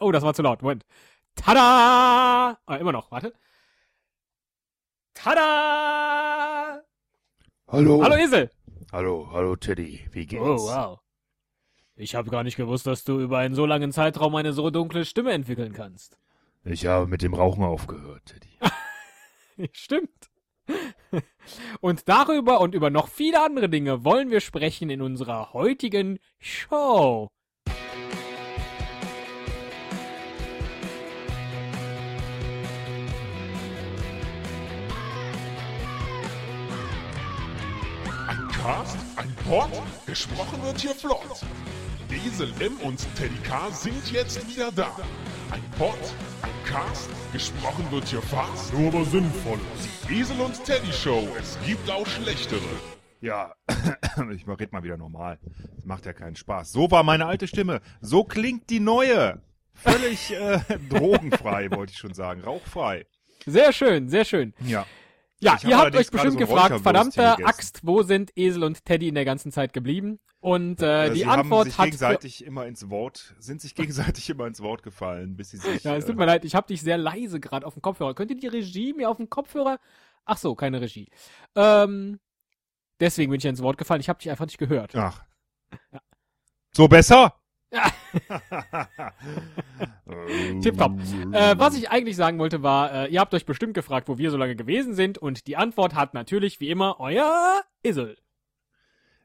oh, das war zu laut. Moment. Tada! Ah, immer noch, warte. Tada! Hallo. Hallo Esel! Hallo, hallo Teddy, wie geht's? Oh, wow. Ich habe gar nicht gewusst, dass du über einen so langen Zeitraum eine so dunkle Stimme entwickeln kannst. Ich habe mit dem Rauchen aufgehört, Teddy. Stimmt. Und darüber und über noch viele andere Dinge wollen wir sprechen in unserer heutigen Show. Ein Cast, ein Pod, gesprochen wird hier flott. Esel M und Teddy K sind jetzt wieder da. Ein Pod, ein Cast, gesprochen wird hier fast, nur aber sinnvoll. Die Esel und Teddy Show, es gibt auch schlechtere. Ja, ich rede mal wieder normal. Das macht ja keinen Spaß. So war meine alte Stimme. So klingt die neue. Völlig äh, drogenfrei, wollte ich schon sagen. Rauchfrei. Sehr schön, sehr schön. Ja. Ja, Ich hab ihr habt allerdings euch bestimmt gerade so gefragt, Räucherwürstchen verdammte gegessen. Axt, wo sind Esel und Teddy in der ganzen Zeit geblieben? Und äh, die sie haben Antwort sich hat. gegenseitig immer ins Wort, sind sich gegenseitig immer ins Wort gefallen, bis sie sich. äh, ja, es tut mir leid, ich habe dich sehr leise gerade auf dem Kopfhörer. Könnt ihr die Regie mir auf dem Kopfhörer? Ach so, keine Regie. Ähm, deswegen bin ich ins Wort gefallen. Ich habe dich einfach nicht gehört. äh, ach. So besser? Ja. Tipptopp. Äh, was ich eigentlich sagen wollte war, äh, ihr habt euch bestimmt gefragt, wo wir so lange gewesen sind und die Antwort hat natürlich wie immer euer Esel.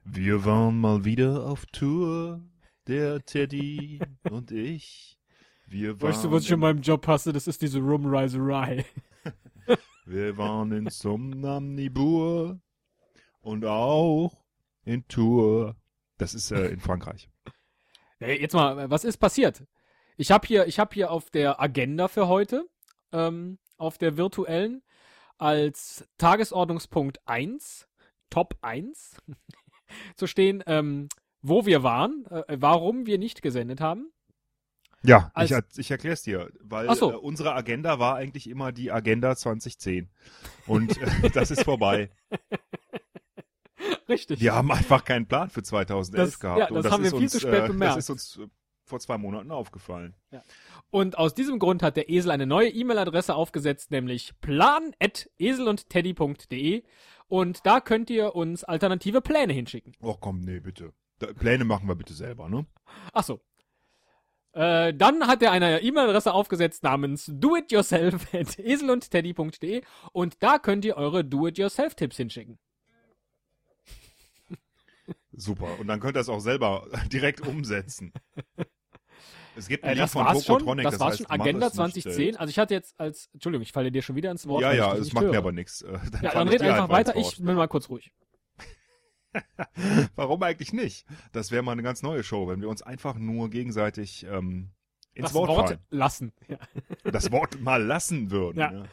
Wir waren mal wieder auf Tour, der Teddy und ich. Wir waren, Weißt du, was ich in in, meinem Job hasse? Das ist diese Rumreiserei. wir waren in Somnambur und auch in Tour. Das ist äh, in Frankreich. Nee, jetzt mal, äh, was ist passiert? Ich habe hier, ich habe hier auf der Agenda für heute, ähm, auf der virtuellen, als Tagesordnungspunkt 1, Top 1, zu stehen, ähm, wo wir waren, äh, warum wir nicht gesendet haben. Ja, Als- ich, er- ich erkläre es dir, weil Also Ach so. äh, unsere Agenda war eigentlich immer die Agenda 2010. Und äh, das ist vorbei. Richtig. Wir haben einfach keinen Plan für 2011 Das- gehabt. ja, und das das haben ist wir viel uns, zu spät äh, bemerkt. Das ist uns äh, vor zwei Monaten aufgefallen. Und aus diesem Grund hat der Esel eine neue E-Mail-Adresse aufgesetzt, nämlich plan.eselundteddy.de. Und da könnt ihr uns alternative Pläne hinschicken. Oh komm, nee, bitte. Da, Pläne machen wir bitte selber, ne? Achso. Äh, dann hat er eine E-Mail-Adresse aufgesetzt namens doityourself.eselundteddy.de und da könnt ihr eure Do-it-yourself-Tipps hinschicken. Super. Und dann könnt ihr es auch selber direkt umsetzen. Es gibt ein Äh, Lied das von war's schon. Tokotronic, das war's heißt, schon. mach Agenda es nicht, 2010. äh, Also ich hatte jetzt als, Entschuldigung, ich falle dir schon wieder ins Wort. Ja, weil ich ja, dich es nicht macht höre. mir aber nichts. Äh, dann Ja, fang dann ich red dir einfach ins weiter. Wort. Ich bin mal kurz ruhig. Warum eigentlich nicht? Das wäre mal eine ganz neue Show, wenn wir uns einfach nur gegenseitig ähm, ins das Wort, Wort fallen. lassen. Ja. Das Wort mal lassen würden. Ja. Ja.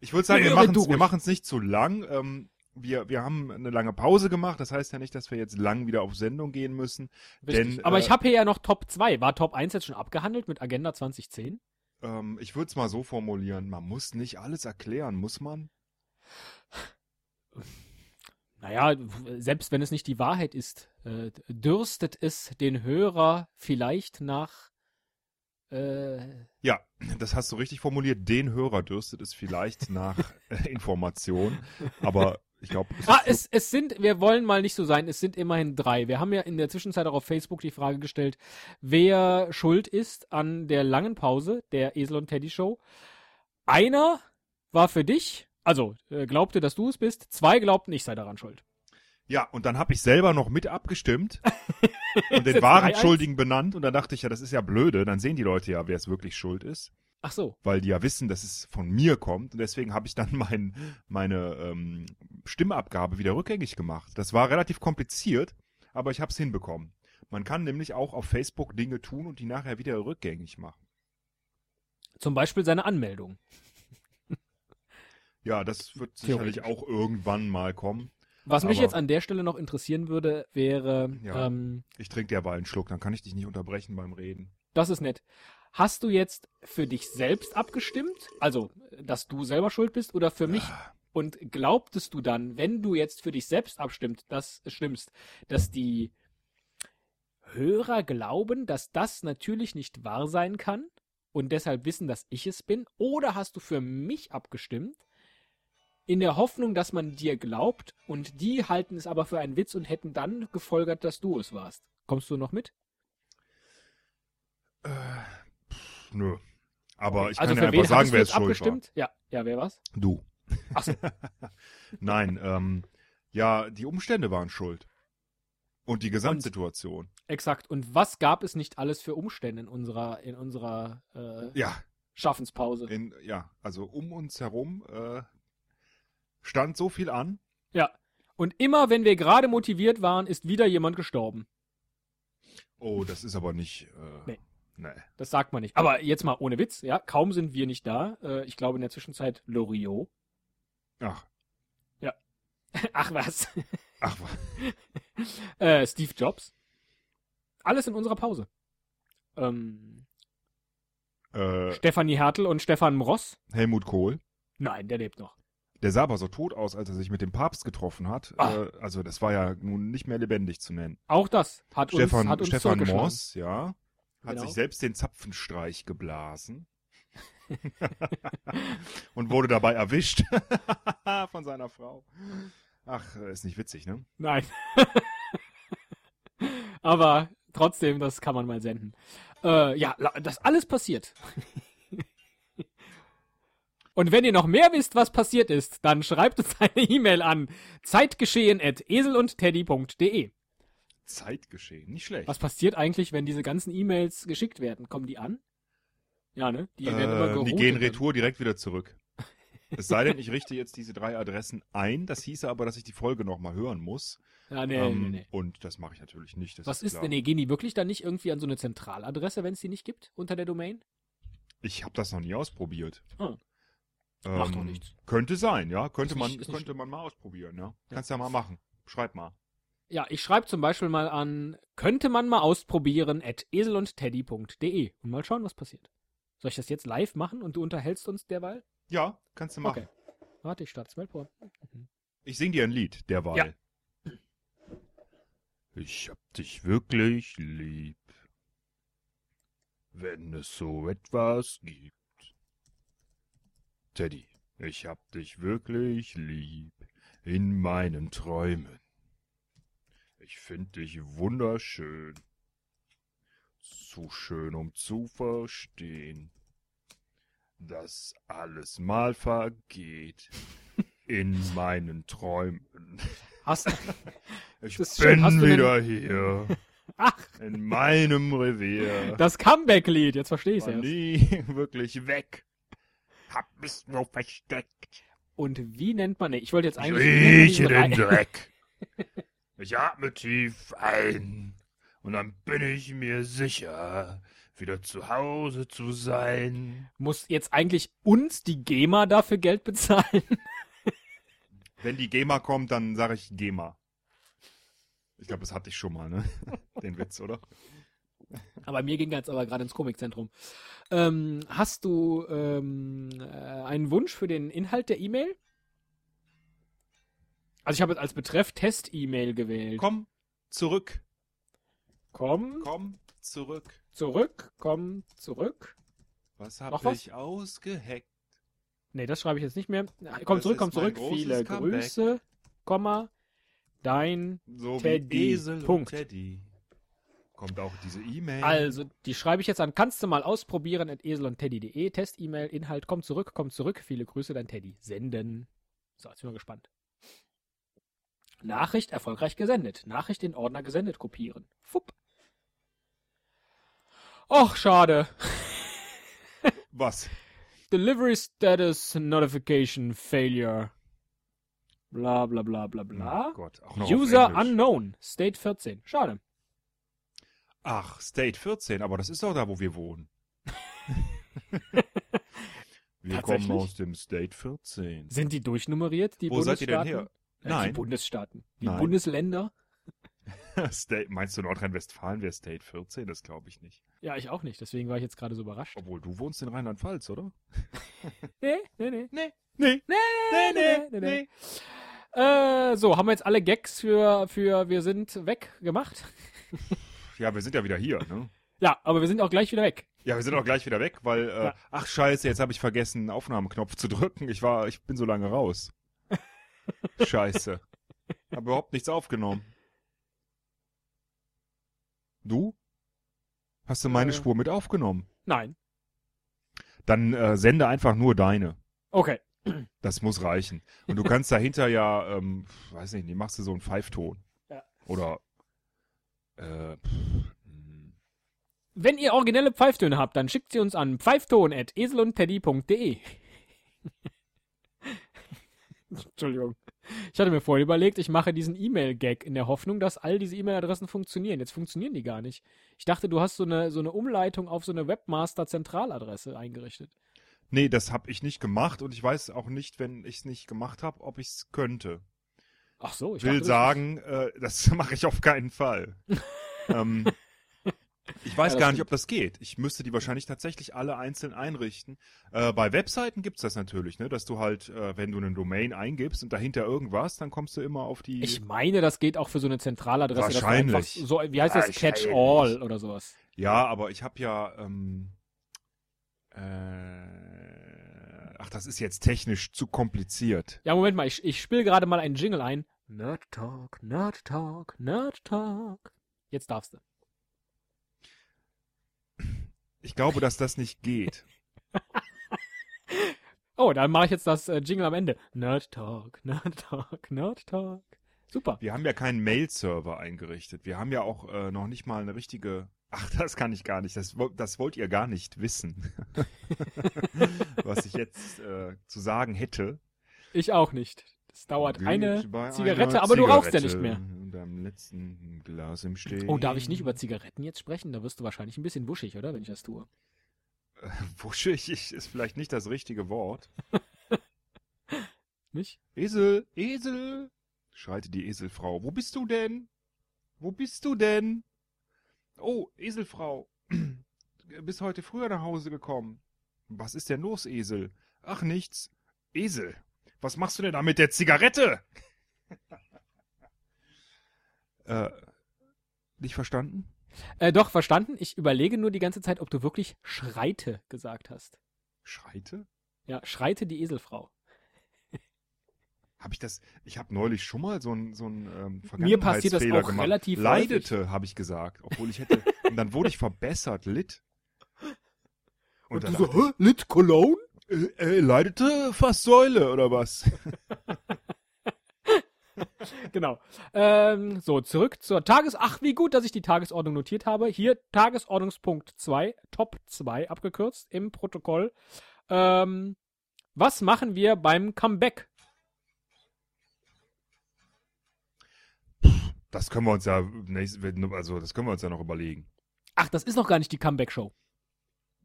Ich würde sagen, Nee, wir red machen's- du wir ruhig. machen es nicht zu lang. Ähm, wir, wir haben eine lange Pause gemacht. Das heißt ja nicht, dass wir jetzt lang wieder auf Sendung gehen müssen. Richtig. Denn, Aber äh, ich habe hier ja noch Top 2. War Top 1 jetzt schon abgehandelt mit Agenda 2010? Ähm, ich würde es mal so formulieren. Man muss nicht alles erklären, muss man? Naja, selbst wenn es nicht die Wahrheit ist, äh, dürstet es den Hörer vielleicht nach. Äh, Ja, das hast du richtig formuliert. Den Hörer dürstet es vielleicht nach äh, Information. Aber ich glaube, ah, es, es sind, wir wollen mal nicht so sein, es sind immerhin drei. Wir haben ja in der Zwischenzeit auch auf Facebook die Frage gestellt, wer schuld ist an der langen Pause der Esel und Teddy Show. Einer war für dich, also äh, glaubte, dass du es bist, zwei glaubten, ich sei daran schuld. Ja, und dann hab ich selber noch mit abgestimmt und den jetzt wahren 3-1? Schuldigen benannt. Und dann dachte ich ja, das ist ja blöde. Dann sehen die Leute ja, wer es wirklich schuld ist, Ach so, weil die ja wissen, dass es von mir kommt. Und deswegen habe ich dann mein, meine ähm, Stimmabgabe wieder rückgängig gemacht. Das war relativ kompliziert, aber ich hab's hinbekommen. Man kann nämlich auch auf Facebook Dinge tun und die nachher wieder rückgängig machen. zum Beispiel seine Anmeldung. Ja, das wird sicherlich Theoretisch. auch irgendwann mal kommen. Was mich Aber- jetzt an der Stelle noch interessieren würde, wäre, Ja. ähm, Ich trinke derweil einen Schluck, dann kann ich dich nicht unterbrechen beim Reden. das ist nett. Hast du jetzt für dich selbst abgestimmt, also dass du selber schuld bist oder für mich? Und glaubtest du dann, wenn du jetzt für dich selbst abstimmt, das stimmst, dass die Hörer glauben, dass das natürlich nicht wahr sein kann und deshalb wissen, dass ich es bin? Oder hast du für mich abgestimmt, in der Hoffnung, dass man dir glaubt und die halten es aber für einen Witz und hätten dann gefolgert, dass du es warst? Kommst du noch mit? Pff, nö. Aber ich also kann für ja wen einfach hattest sagen, du wer jetzt es schuld war. abgestimmt? Ja, ja, wer war's? Du. Ach so. Nein, ähm, ja, die Umstände waren schuld. Und die Gesamtsituation. Exakt. Und was gab es nicht alles für Umstände in unserer, in unserer äh, Ja, Schaffenspause? in, ja, also um uns herum äh, stand so viel an. Ja. Und immer, wenn wir gerade motiviert waren, ist wieder jemand gestorben. Oh, das ist aber nicht. Äh, Nee. nee. nee. Das sagt man nicht. Aber jetzt mal ohne Witz, ja, kaum sind wir nicht da. Äh, ich glaube in der Zwischenzeit Loriot. Ach, Ach was. ach, wa- äh, Steve Jobs. Alles in unserer Pause. Ähm, äh, Stefanie Hertel und Stefan Ross. Helmut Kohl. Nein, der lebt noch. Der sah aber so tot aus, als er sich mit dem Papst getroffen hat. Ah. Äh, also das war ja nun nicht mehr lebendig zu nennen. Auch das hat uns, Stefan, hat uns Stefan zurückgeschlagen. Moss, ja, hat Genau. sich selbst den Zapfenstreich geblasen und wurde dabei erwischt von seiner Frau. Ach, ist nicht witzig, ne? Nein. Aber trotzdem, das kann man mal senden. Äh, ja, la- das alles passiert. Und wenn ihr noch mehr wisst, was passiert ist, dann schreibt uns eine E-Mail an zeitgeschehen.eselundteddy.de. Zeitgeschehen, nicht schlecht. Was passiert eigentlich, wenn diese ganzen E-Mails geschickt werden? Kommen die an? Ja, ne? Die werden immer äh, geroutet. die gehen dann. retour direkt wieder zurück. Es sei denn, ich richte jetzt diese drei Adressen ein. Das hieße aber, dass ich die Folge nochmal hören muss. Ja, nee, ähm, nee, nee. Und das mache ich natürlich nicht. Das Was ist klar. denn? Nee, gehen die wirklich dann nicht irgendwie an so eine Zentraladresse, wenn es die nicht gibt, unter der Domain? Ich habe das noch nie ausprobiert. Ah. Ähm, Macht doch nichts. Könnte sein, ja. Könnte, Ist man, nicht- ist nicht könnte man mal ausprobieren, ja. Kannst ja mal machen. Schreib mal. Ja, ich schreibe zum Beispiel mal an, könnte man mal ausprobieren, at eselundteddy.de und mal schauen, was passiert. Soll ich das jetzt live machen und du unterhältst uns derweil? Ja, kannst du machen. Okay. Warte, ich starte Smellport. Ich sing dir ein Lied, derweil. Ja. Ich hab dich wirklich lieb. Wenn es so etwas gibt. Teddy, ich hab dich wirklich lieb. In meinen Träumen. Ich find dich wunderschön. Zu schön, um zu verstehen, dass alles mal vergeht in meinen Träumen. Hast, Ich Das ist schön. bin Hast du wieder hier ach, in meinem Revier. das Comeback-Lied, jetzt verstehe ich war erst. nie wirklich weg. Hab mich nur versteckt. Und wie nennt man, nee, ich wollte jetzt Ich eigentlich... rieche den Re- Dreck. Ich atme tief ein. Und dann bin ich mir sicher, wieder zu Hause zu sein. Muss jetzt eigentlich uns die GEMA dafür Geld bezahlen? Wenn die GEMA kommt, dann sage ich GEMA. Ich glaube, das hatte ich schon mal, ne? Den Witz, oder? Aber mir ging jetzt aber gerade ins Komikzentrum. Ähm, hast du ähm, äh, einen Wunsch für den Inhalt der E-Mail? Also ich habe jetzt als Betreff Test-E-Mail gewählt. Komm zurück. Komm Komm zurück. zurück, komm zurück. Was hab Noch was? ich ausgeheckt? Nee, das schreibe ich jetzt nicht mehr. Komm Das zurück, komm ist mein zurück. großes Viele Comeback. Grüße, Komma, dein. So Teddy, wie Esel Punkt. und Teddy. Kommt auch diese E-Mail. Also, die schreibe ich jetzt an. Kannst du mal ausprobieren at eselundteddy.de. Test-E-Mail, Inhalt, komm zurück, komm zurück. Viele Grüße, dein Teddy. Senden. So, jetzt bin ich mal gespannt. Nachricht erfolgreich gesendet. Nachricht in Ordner gesendet kopieren. Fupp. Och, schade. Was? Delivery Status Notification Failure. Bla bla bla bla Na bla. Oh Gott, auch Hm. noch auf User Englisch. unknown. State 14. Schade. Ach, State 14, aber das ist doch da, wo wir wohnen. wir Tatsächlich? kommen aus dem State 14. Sind die durchnummeriert, die Wo seid ihr denn Bundesstaaten? her? Äh, Die Nein. Bundesstaaten. Die Nein. Bundesländer. State, meinst du Nordrhein-Westfalen wäre State 14? Das glaube ich nicht. Ja, ich auch nicht. Deswegen war ich jetzt gerade so überrascht. Obwohl, du wohnst in Rheinland-Pfalz, oder? Nee, nee, nee. Nee. Nee, nee, nee. Äh, so, haben wir jetzt alle Gags für, für wir sind weg gemacht? ja, wir sind ja wieder hier, ne? Ja, aber wir sind auch gleich wieder weg. Ja, wir sind auch gleich wieder weg, weil, äh, Ja. ach scheiße, jetzt habe ich vergessen, einen Aufnahmeknopf zu drücken. Ich war, ich bin so lange raus. scheiße. Hab überhaupt nichts aufgenommen. Du? Hast du meine Äh. Spur mit aufgenommen? Nein. Dann äh, sende einfach nur deine. Okay. Das muss reichen. Und du kannst dahinter ja, ähm, weiß nicht, machst du so einen Pfeifton. Ja. Oder äh, pff, hm. Wenn ihr originelle Pfeiftöne habt, dann schickt sie uns an pfeifton.eselundteddy.de. Entschuldigung. Ich hatte mir vorhin überlegt, ich mache diesen E-Mail-Gag in der Hoffnung, dass all diese E-Mail-Adressen funktionieren. Jetzt funktionieren die gar nicht. Ich dachte, du hast so eine, so eine Umleitung auf so eine Webmaster-Zentraladresse eingerichtet. Nee, das habe ich nicht gemacht und ich weiß auch nicht, wenn ich es nicht gemacht habe, ob ich es könnte. Ach so, ich Ich will dachte, das- sagen, äh, das mache ich auf keinen Fall. ähm, ich weiß Ja, das gar nicht, stimmt. ob das geht. Ich müsste die wahrscheinlich tatsächlich alle einzeln einrichten. Äh, bei Webseiten gibt's das natürlich, ne, dass du halt, äh, wenn du eine Domain eingibst und dahinter irgendwas, dann kommst du immer auf die. Ich meine, das geht auch für so eine Zentraladresse. dass du Wahrscheinlich. einfach So, wie heißt das? Wahrscheinlich. Catch-all oder sowas. Ja, aber ich habe ja. Ähm, äh, ach, das ist jetzt technisch zu kompliziert. Ja, Moment mal, ich, ich spiele gerade mal einen Jingle ein. Nerd Talk, Nerd Talk, Nerd Talk. Jetzt darfst du. Ich glaube, dass das nicht geht. Oh, dann mache ich jetzt das äh, Jingle am Ende. Nerd Talk, Nerd Talk, Nerd Talk. Super. Wir haben ja keinen Mail-Server eingerichtet. Wir haben ja auch äh, noch nicht mal eine richtige. Ach, das kann ich gar nicht. Das, wo- das wollt ihr gar nicht wissen. Was ich jetzt äh, zu sagen hätte. Ich auch nicht. Das dauert Gut, eine bei Zigarette, einer aber du rauchst ja nicht Zigarette mehr. Und am letzten Glas im Stehen. Oh, darf ich nicht über Zigaretten jetzt sprechen? Da wirst du wahrscheinlich ein bisschen wuschig, oder, wenn ich das tue. Wuschig ich- ist vielleicht nicht das richtige Wort. Nicht? Esel, Esel, schreite die Eselfrau. Wo bist du denn? Wo bist du denn? Oh, Eselfrau, bist heute früher nach Hause gekommen. Was ist denn los, Esel? Ach, nichts. Esel, was machst du denn da mit der Zigarette? äh, nicht verstanden? Äh, doch, verstanden. Ich überlege nur die ganze Zeit, ob du wirklich Schreite gesagt hast. Schreite? Ja, Schreite die Eselfrau. Hab ich das? Ich habe neulich schon mal so einen so einen, ähm, Mir passiert das Vergangenheitsfehler auch gemacht. relativ häufig. Leidete, habe ich gesagt, obwohl ich hätte. und dann wurde ich verbessert, litt. dann dachte hä, Lit Cologne? ich, äh, äh, leidete fast Säule oder was? Genau. Ähm, so, zurück zur Tages... Ach, wie gut, dass ich die Tagesordnung notiert habe. Hier Tagesordnungspunkt 2, Top 2 abgekürzt im Protokoll. Ähm, was machen wir beim Comeback? Das können wir uns ja nächst- wenn- also das können wir uns ja noch überlegen. Ach, das ist noch gar nicht die Comeback-Show.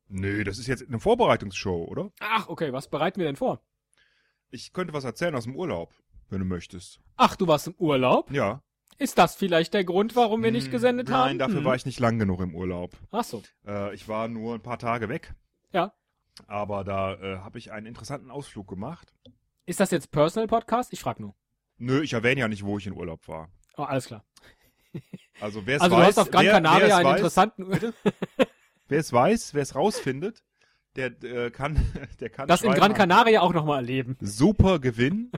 Nö, das ist jetzt eine Vorbereitungsshow, oder? Ach, okay, was bereiten wir denn vor? Ich könnte was erzählen aus dem Urlaub, wenn du möchtest. Ach, du warst im Urlaub? Ja. Ist das vielleicht der Grund, warum wir nicht gesendet Nein, haben? Nein, dafür Hm. war ich nicht lang genug im Urlaub. Ach so. Äh, ich war nur ein paar Tage weg. Ja. Aber da äh, habe ich einen interessanten Ausflug gemacht. Ist das jetzt Personal-Podcast? Ich frag nur. Nö, ich erwähne ja nicht, wo ich in Urlaub war. Oh, alles klar. Also wer es also weiß, du hast auf Gran wer, Canaria wer es einen weiß, interessanten... Wer es weiß, wer es rausfindet, der äh, kann, der kann Das in schreiben Gran an Canaria auch nochmal erleben. Super Gewinn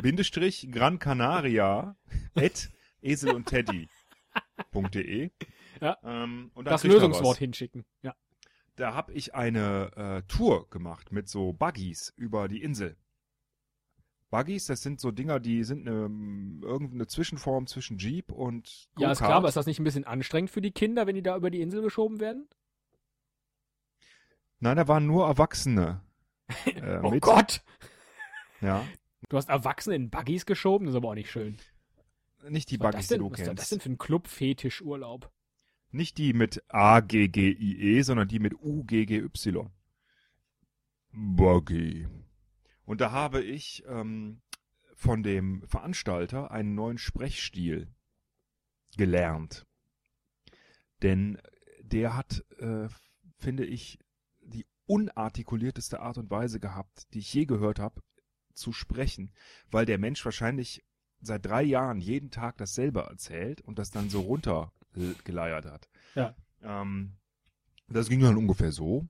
Bindestrich Gran Canaria at Esel und Teddy.de. Ja. Ähm, und dann Das kriegt er Lösungswort was. hinschicken. Ja. Da habe ich eine äh, Tour gemacht mit so Buggies über die Insel. Buggies, das sind so Dinger, die sind eine, irgendeine Zwischenform zwischen Jeep und Ja, ist Go-Kart. klar, aber ist das nicht ein bisschen anstrengend für die Kinder, wenn die da über die Insel geschoben werden? Nein, da waren nur Erwachsene. Äh, mit. Oh Gott! Ja. Du hast Erwachsene in Buggies geschoben, das ist aber auch nicht schön. Nicht die Was war Buggies, das die denn, du was war das kennst. denn für ein Club-Fetisch-Urlaub? Nicht die mit A-G-G-I-E, E, sondern die mit U-G-G-Y. Buggy. Und da habe ich ähm, von dem Veranstalter einen neuen Sprechstil gelernt. Denn der hat, äh, finde ich, die unartikulierteste Art und Weise gehabt, die ich je gehört habe, zu sprechen, weil der Mensch wahrscheinlich seit drei Jahren jeden Tag dasselbe erzählt und das dann so runter geleiert hat. Ja. Ähm, das ging dann ungefähr so.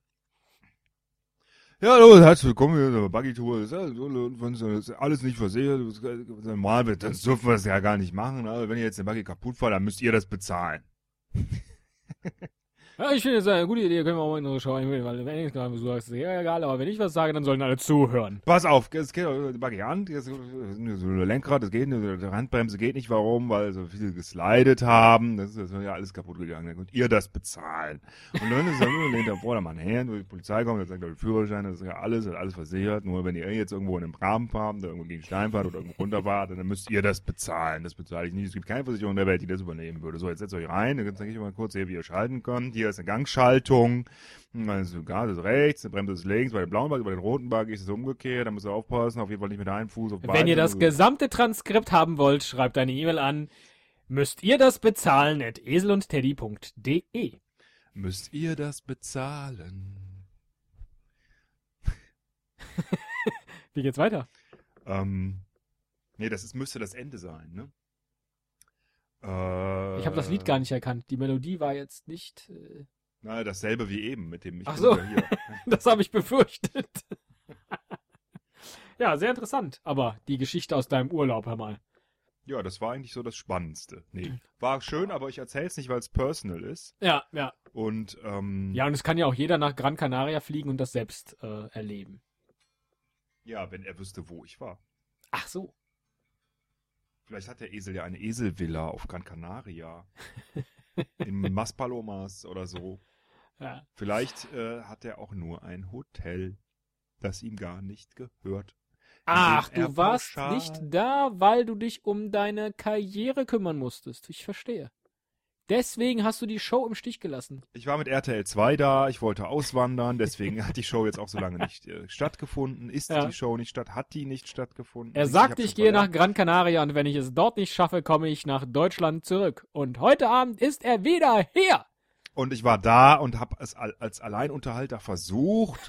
Ja, hallo, herzlich willkommen hier in der Buggy-Tour. Das ist alles- Wenn es äh, alles nicht versehen ist, äh, normal wird, dann dürfen wir es ja gar nicht machen. Aber wenn ihr jetzt den Buggy kaputt fahrt, dann müsst ihr das bezahlen. Ja, ich finde, das ist eine gute Idee, können wir auch mal in unsere Show einwählen, weil wenn ich gerade so ist, ja egal, aber wenn ich was sage, dann sollen alle zuhören. Pass auf, es geht die Buggy an, jetzt, äh, so ein Lenkrad, das geht nicht, die Handbremse geht nicht, warum? Weil so viele geslidet haben, das ist das ist ja alles kaputt gegangen, dann könnt ihr das bezahlen. Und dann ist dann lehnt der Vordermann her, die Polizei kommt, dann sagt der Führerschein, das ist ja alles, das ist alles versichert, nur wenn ihr jetzt irgendwo in einem Rahmen fahrt, da irgendwo gegen den Stein fahrt oder irgendwo runterfahrt, dann müsst ihr das bezahlen, das bezahle ich nicht, es gibt keine Versicherung der Welt, die das übernehmen würde. So, jetzt setzt euch rein, dann zeige ich euch mal kurz hier, wie ihr schalten könnt, hier ist eine Gangschaltung, also Gas ist rechts, eine Bremse ist links, bei den blauen Buggy, bei den roten Buggy ist es umgekehrt, da müsst ihr aufpassen, auf jeden Fall nicht mit einem Fuß auf Wenn ihr das also, gesamte Transkript haben wollt, schreibt eine E-Mail an. Müsst ihr das bezahlen at eselundteddy.de. Müsst ihr das bezahlen? Wie geht's weiter? Ähm, nee, das ist, müsste das Ende sein, ne? Äh, Ich habe das Lied gar nicht erkannt. Die Melodie war jetzt nicht. Äh, Na, dasselbe wie eben mit dem ich Ach bin so. wieder hier. das habe ich befürchtet. ja, sehr interessant. Aber die Geschichte aus deinem Urlaub, hör mal. Ja, das war eigentlich so das Spannendste. Mhm. Nee, war schön, aber ich erzähl's nicht, weil es personal ist. Ja, ja. Und ähm, Ja, und es kann ja auch jeder nach Gran Canaria fliegen und das selbst äh, erleben. ja, wenn er wüsste, wo ich war. Ach so. Vielleicht hat der Esel ja eine Eselvilla auf Gran Canaria. Im Mas Palomas oder so. Ja. Vielleicht äh, hat er auch nur ein Hotel, das ihm gar nicht gehört. Ah, Ach, dem er du warst pauschal- nicht da, weil du dich um deine Karriere kümmern musstest. Ich verstehe. Deswegen hast du die Show im Stich gelassen. Ich war mit RTL 2 da, ich wollte auswandern, deswegen hat die Show jetzt auch so lange nicht äh, stattgefunden. Ist Ja. die Show nicht statt? Hat die nicht stattgefunden? Er Ich- sagte, ich ich, hab schon gehe nach verlernt. Gran Canaria und wenn ich es dort nicht schaffe, komme ich nach Deutschland zurück. Und heute Abend ist er wieder hier. Und ich war da und habe es al- als Alleinunterhalter versucht.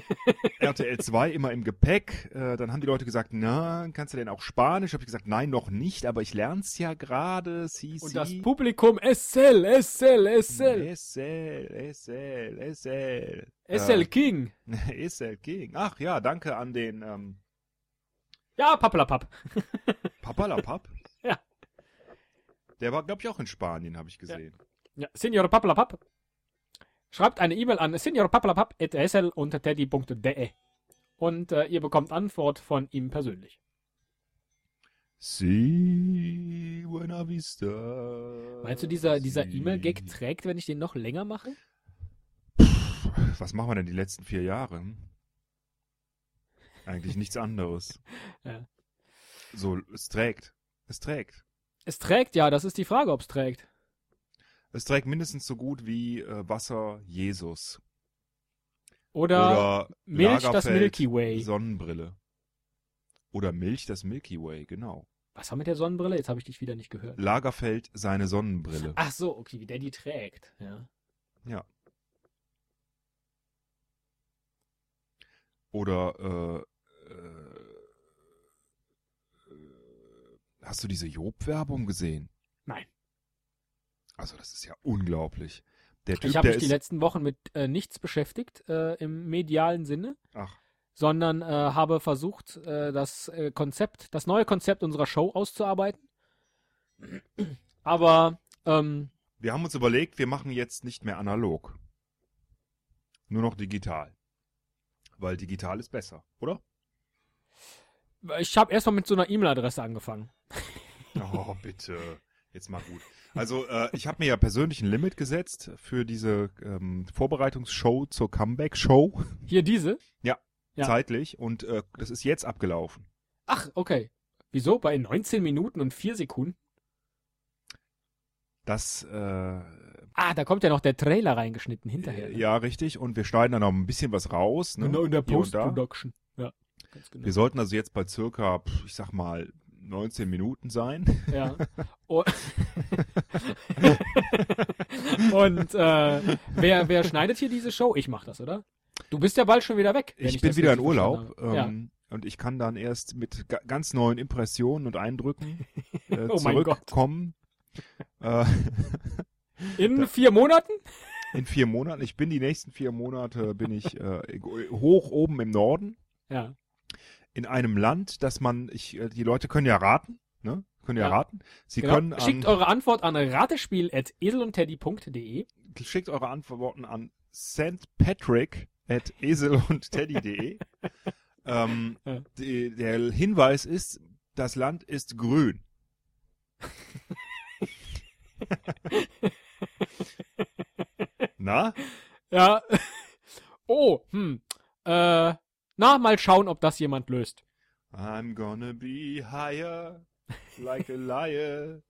RTL 2 immer im Gepäck. Äh, dann haben die Leute gesagt, na, kannst du denn auch Spanisch? Habe ich gesagt, nein, noch nicht, aber ich lern's ja gerade. Si, Und si. das Publikum, Essel, Essel, Essel, Esel, Esel, Esel. Essel King. Äh, Esel King. Ach ja, danke an den ähm, Ja, pappelapapp. Papalapap. Ja. Der war, glaube ich, auch in Spanien, habe ich gesehen. Ja, Senior Pappelapapp. Schreibt eine E-Mail an seniorpappelapapp.sl.teddy.de und äh, ihr bekommt Antwort von ihm persönlich. Si, buena vista. Meinst du, dieser, dieser si. E-Mail-Gag trägt, wenn ich den noch länger mache? Was machen wir denn die letzten vier Jahre? Eigentlich nichts anderes. Ja. So, es trägt. Es trägt. Es trägt ja, das ist die Frage, ob es trägt. Es trägt mindestens so gut wie äh, Wasser Jesus. Oder, Oder Milch das Lagerfeld, Milky Way. Sonnenbrille. Oder Milch das Milky Way, genau. was war mit der Sonnenbrille? Jetzt habe ich dich wieder nicht gehört. Lagerfeld seine Sonnenbrille. Ach so, okay, wie der die trägt. Ja. Oder äh, äh, äh, hast du diese Job-Werbung gesehen? Nein. Also das ist ja unglaublich. Der Typ, Ich habe der mich die ist letzten Wochen mit äh, nichts beschäftigt äh, im medialen Sinne, ach sondern äh, habe versucht, äh, das äh, Konzept, das neue Konzept unserer Show auszuarbeiten. Aber ähm, Wir haben uns überlegt, wir machen jetzt nicht mehr analog. Nur noch digital. Weil digital ist besser, oder? ich habe erstmal mit so einer E-Mail-Adresse angefangen. Oh, bitte. Jetzt mal gut. Also, äh, ich habe mir ja persönlich ein Limit gesetzt für diese ähm, Vorbereitungsshow zur Comeback-Show, Hier diese. Ja. zeitlich. Und äh, das ist jetzt abgelaufen. Ach, okay. Wieso? Bei 19 Minuten und 4 Sekunden? Das, äh, Ah, da kommt ja noch der Trailer reingeschnitten hinterher. ne? ja, richtig. Und wir schneiden dann noch ein bisschen was raus. Ne? Genau, in der Hier und da. Post-Production. Ja, ganz genau. Wir sollten also jetzt bei circa, pf, ich sag mal, 19 Minuten sein. Ja. O- Und äh, wer, wer schneidet hier diese Show? Ich mach das, oder? Du bist ja bald schon wieder weg. wenn ich, das bin wieder in richtig Urlaub verstanden habe. ähm, und ich kann dann erst mit ga ganz neuen Impressionen und Eindrücken äh, Oh mein Gott. zurückkommen. Äh, In vier Monaten? In vier Monaten. Ich bin die nächsten vier Monate bin ich äh, hoch oben im Norden Ja. in einem Land, das man, ich, äh, die Leute können ja raten, ne? Können ja, Ja. raten. Sie können Genau. an, Schickt eure Antwort an ratespiel.eselundteddy.de. schickt eure Antworten an sandpatrick at eselundteddy.de. ähm, Ja. die, der Hinweis ist, das Land ist grün. Na? Ja. Oh, hm. Äh, na, mal schauen, ob das jemand löst. I'm gonna be higher, like a liar,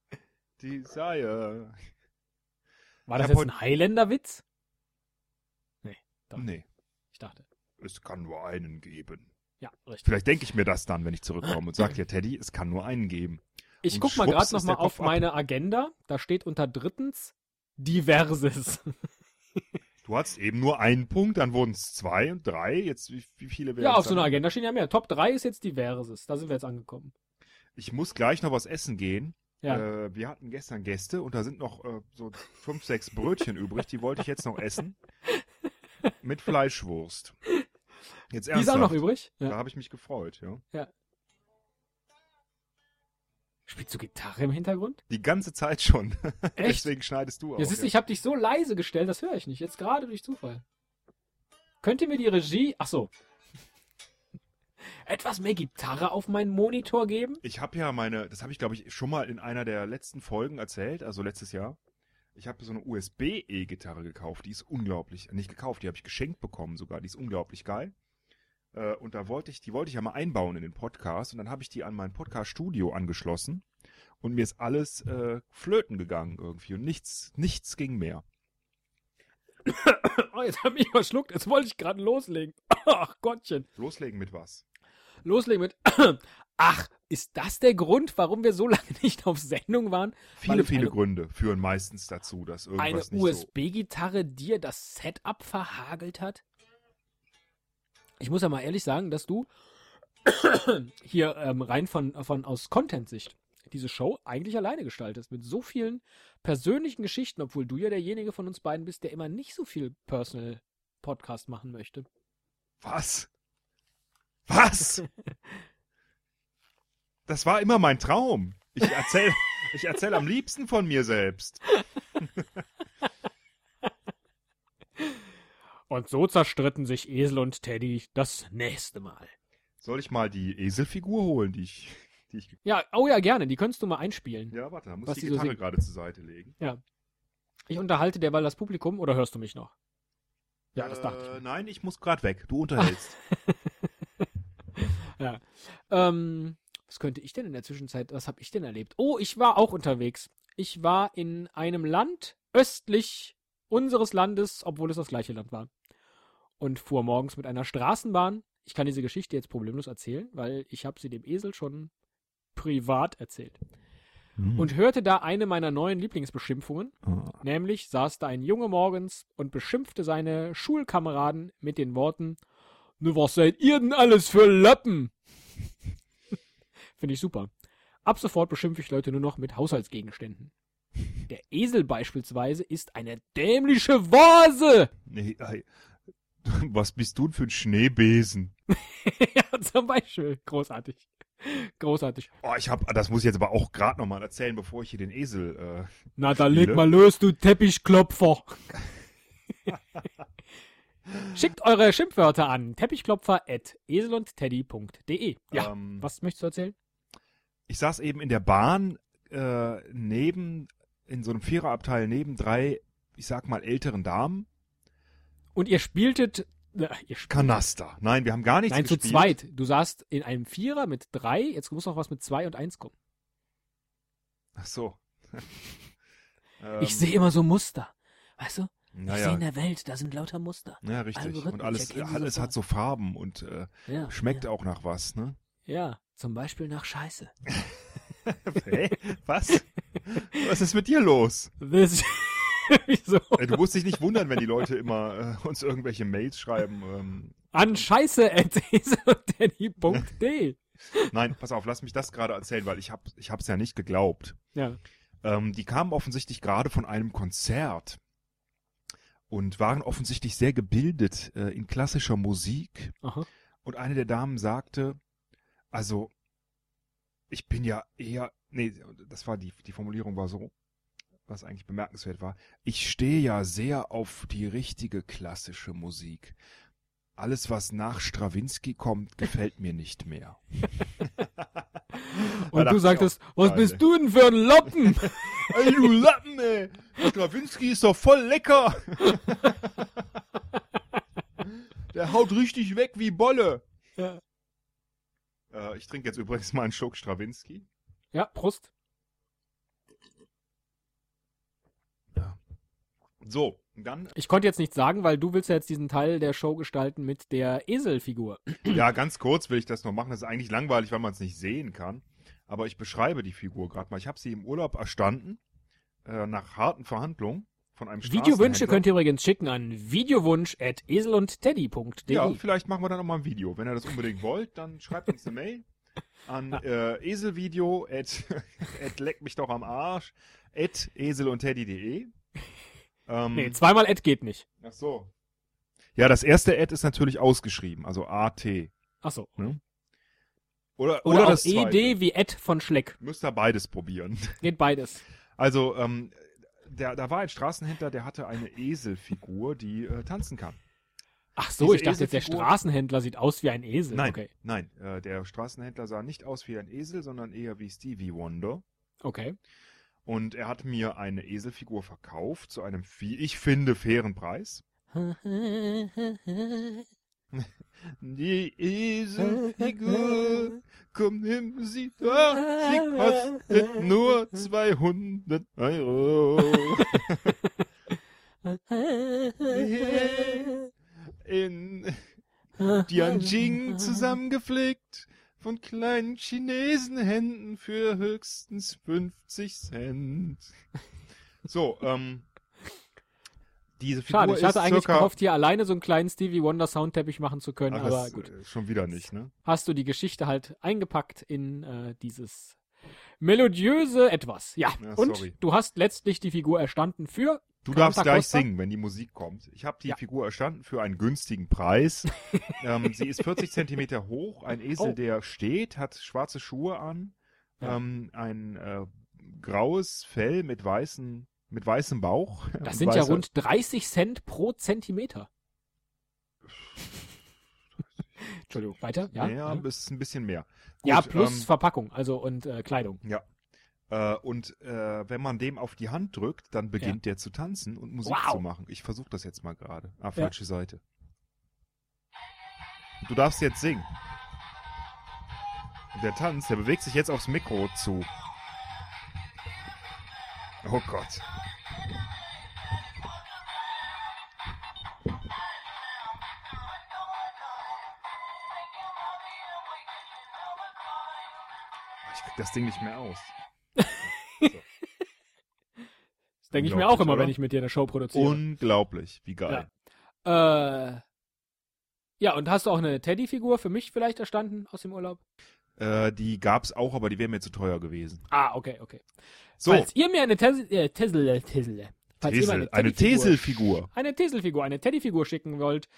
desire. War das Ich hab jetzt ein Highlander-Witz? Doch. Nee, Ich dachte. es kann nur einen geben. Ja, richtig. Vielleicht denke ich mir das dann, wenn ich zurückkomme und sage, ja Teddy, es kann nur einen geben. Ich Und guck mal schwupps gerade ist nochmal der Kopf auf ab. meine Agenda. Da steht unter drittens Diverses. Du hattest eben nur einen Punkt, dann wurden es zwei und drei. Jetzt wie, wie viele wären ja, es auf so dann? einer Agenda stehen ja mehr. Top 3 ist jetzt Diverses. Da sind wir jetzt angekommen. Ich muss gleich noch was essen gehen. Ja. Äh, wir hatten gestern Gäste und da sind noch äh, so fünf, sechs Brötchen übrig. Die wollte ich jetzt noch essen mit Fleischwurst. Jetzt Die ist auch ernsthaft. noch übrig. ne? Da Ja. habe ich mich gefreut. Ja. Spielst du Gitarre im Hintergrund? Die ganze Zeit schon. Echt? Deswegen schneidest du auch. Ja, siehst du, ich habe dich so leise gestellt, das höre ich nicht. Jetzt gerade durch Zufall. Könnte mir die Regie, ach so, etwas mehr Gitarre auf meinen Monitor geben? Ich habe ja meine, das habe ich glaube ich schon mal in einer der letzten Folgen erzählt, also letztes Jahr. Ich habe so eine USB-E-Gitarre gekauft, die ist unglaublich, äh, nicht gekauft, die habe ich geschenkt bekommen sogar, die ist unglaublich geil. Äh, Und da wollte ich, die wollte ich ja mal einbauen in den Podcast und dann habe ich die an mein Podcast-Studio angeschlossen und mir ist alles äh, flöten gegangen irgendwie und nichts, nichts ging mehr. Oh, jetzt habe ich verschluckt, jetzt wollte ich gerade loslegen. Ach Gottchen. Loslegen mit was? Loslegen mit, ach, ist das der Grund, warum wir so lange nicht auf Sendung waren? Viele, ich viele eine- Gründe führen meistens dazu, dass Eine irgendwas nicht so. USB-Gitarre dir das Setup verhagelt hat? Ich muss ja mal ehrlich sagen, dass du hier ähm, rein von, von aus Content-Sicht diese Show eigentlich alleine gestaltest. Mit so vielen persönlichen Geschichten, obwohl du ja derjenige von uns beiden bist, der immer nicht so viel Personal-Podcast machen möchte. Was? Was? Das war immer mein Traum. Ich erzähle ich erzähl am liebsten von mir selbst. Und so zerstritten sich Esel und Teddy das nächste Mal. Soll ich mal die Eselfigur holen, die ich. Die ich Ja, oh ja, gerne, die könntest du mal einspielen. ja, warte, da muss Was ich die die so Gitarre singt. gerade zur Seite legen. Ich unterhalte derweil das Publikum oder hörst du mich noch? Ja, das dachte ich. mir. äh, Nein, ich muss gerade weg. Du unterhältst. Ähm, was könnte ich denn in der Zwischenzeit, was habe ich denn erlebt? Oh, ich war auch unterwegs. Ich war in einem Land östlich unseres Landes, obwohl es das gleiche Land war. Und fuhr morgens mit einer Straßenbahn. Ich kann diese Geschichte jetzt problemlos erzählen, weil ich habe sie dem Esel schon privat erzählt. Hm. Und hörte da eine meiner neuen Lieblingsbeschimpfungen. Nämlich saß da ein Junge morgens und beschimpfte seine Schulkameraden mit den Worten: Ne, was seid ihr denn alles für Lappen? Finde ich super. Ab sofort beschimpfe ich Leute nur noch mit Haushaltsgegenständen. Der Esel beispielsweise ist eine dämliche Vase! nee, ei. Was bist du denn für ein Schneebesen? ja, zum Beispiel. Großartig. Großartig. Oh, ich hab, das muss ich jetzt aber auch gerade nochmal erzählen, bevor ich hier den Esel. Äh, Na, da Spiele. leg mal los, du Teppichklopfer. Schickt eure Schimpfwörter an teppichklopfer.eselundteddy.de. Ja, ähm, was möchtest du erzählen? ich saß eben in der Bahn äh, neben, in so einem Viererabteil neben drei, ich sag mal, älteren Damen. Und ihr spieltet, äh, ihr spielt, Kanaster. Nein, wir haben gar nichts nein, gespielt. zu zweit. Du saßt in einem Vierer mit drei, jetzt muss noch was mit zwei und eins kommen. Ach so. ähm, ich sehe immer so Muster. Weißt du? ich sehe Naja, in der Welt, da sind lauter Muster. ja, richtig. Algorithmen Und alles, erkennen alles sofort. hat so Farben und äh, Ja, schmeckt auch nach was, ne? Ja. ja, zum Beispiel nach Scheiße. Hä? was? Was ist mit dir los? This Wieso? Äh, Du musst dich nicht wundern, wenn die Leute immer äh, uns irgendwelche Mails schreiben. Ähm, An scheiße.eselundteddy.de. nein, pass auf, lass mich das gerade erzählen, weil ich hab, ich hab's ja nicht geglaubt. Ja. Äh, Ähm, die kamen offensichtlich gerade von einem Konzert und waren offensichtlich sehr gebildet äh, in klassischer Musik. Aha. Und eine der Damen sagte, also, ich bin ja eher, nee, das war die, die Formulierung war so, was eigentlich bemerkenswert war. Ich stehe ja sehr auf die richtige klassische Musik. Alles, was nach Strawinski kommt, gefällt mir nicht mehr. Da Und dachte du ich sagtest, was geil, ey." bist du denn für ein Lappen? auch, Ey, du Lappen, ey! Strawinski ist doch voll lecker! Der haut richtig weg wie Bolle! Ja. Äh, ich trinke jetzt übrigens mal einen Schluck Strawinski. ja, Prost. So, dann, Ich konnte jetzt nichts sagen, weil du willst ja jetzt diesen Teil der Show gestalten mit der Eselfigur. ja, ganz kurz will ich das noch machen. Das ist eigentlich langweilig, weil man es nicht sehen kann. Aber ich beschreibe die Figur gerade mal. Ich habe sie im Urlaub erstanden, äh, nach harten Verhandlungen von einem Videowünsche Straßenhändler. könnt ihr übrigens schicken an videowunsch at eselundteddy.de. Ja, vielleicht machen wir dann nochmal ein Video. Wenn ihr das unbedingt wollt, dann schreibt uns eine Mail an äh, eselvideo at, at leck mich doch am Arsch at eselundteddy.de ähm, nee, zweimal at geht nicht. Ach so. Ja, das erste Ad ist natürlich ausgeschrieben, also AT. Achso. Oder, oder, Oder, auch E das zweite. ED wie Ed von Schleck. Müsst ihr beides probieren. Geht beides. Also, ähm, der, da war ein Straßenhändler, der hatte eine Eselfigur, die äh, tanzen kann. Ach so, Diese ich dachte jetzt, der Eselfigur- Straßenhändler sieht aus wie ein Esel. Nein, Okay. nein, äh, der Straßenhändler sah nicht aus wie ein Esel, sondern eher wie Stevie Wonder. okay. Und er hat mir eine Eselfigur verkauft zu einem, wie ich finde, fairen Preis. Die Eselfigur, komm, nimm sie doch, sie kostet nur 200 Euro. In Tianjin zusammengepflegt von kleinen Chinesenhänden für höchstens 50 Cent. So, ähm, diese Figur Schade, ich hatte ist eigentlich circa... gehofft, hier alleine so einen kleinen Stevie Wonder Soundteppich machen zu können, Ach, aber das, gut. äh, Schon wieder nicht, ne? Hast du die Geschichte halt eingepackt in äh, dieses melodiöse etwas. Ja, Ja, und sorry. du hast letztlich die Figur erstanden für Du Carlotta darfst gleich Costa? singen, wenn die Musik kommt. Ich habe die Ja. Figur erstanden für einen günstigen Preis. ähm, sie ist 40 Zentimeter hoch, ein Esel, Oh. der steht, hat schwarze Schuhe an, Ja. ähm, ein äh, graues Fell mit weißen mit weißem Bauch. und Das sind ja weißer- rund 30 Cent pro Zentimeter. Entschuldigung, weiter? Ja, ne? Ja, ja, es ist ein bisschen mehr. ja Gut, plus ähm, Verpackung, also und äh, Kleidung. Äh, und äh, wenn man dem auf die Hand drückt, dann beginnt der zu tanzen und Musik Wow. zu machen. Ich versuche das jetzt mal gerade. Ah, falsche Seite. Du darfst jetzt singen. Der Tanz, der bewegt sich jetzt aufs Mikro zu. Oh Gott. Ich krieg das Ding nicht mehr aus. Das denke ich mir auch unglaublich, immer, oder? wenn ich mit dir eine Show produziere. Unglaublich, wie geil. äh, ja, und hast du auch eine Teddy-Figur für mich vielleicht erstanden aus dem Urlaub? Äh, die gab's auch, aber die wäre mir zu teuer gewesen. Ah, okay, okay. So, Falls ihr mir eine Tesel, äh, Tesel, Tesel, falls ihr mir Tesel, eine Teddyfigur- Teselfigur. eine Teselfigur, eine Teddyfigur schicken wollt,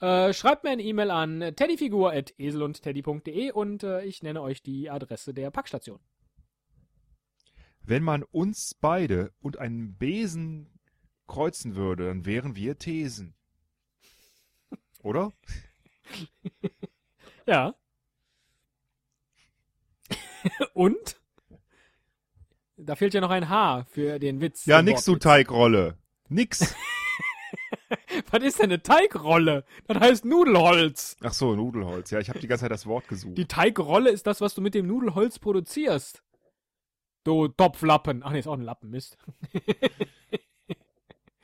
äh, schreibt mir eine E-Mail an teddyfigur.eselundteddy.de und äh, ich nenne euch die Adresse der Packstation. Wenn man uns beide und einen Besen kreuzen würde, dann wären wir Thesen. Oder? Ja. und? Da fehlt ja noch ein H für den Witz. Ja, Den nix du Wortwitz. Teigrolle. Nix. Was ist denn eine Teigrolle? Das heißt Nudelholz. Ach so, Nudelholz. Ja, ich habe die ganze Zeit das Wort gesucht. Die Teigrolle ist das, was du mit dem Nudelholz produzierst. Du Topflappen. Ach nee, ist auch ein Lappen, Mist.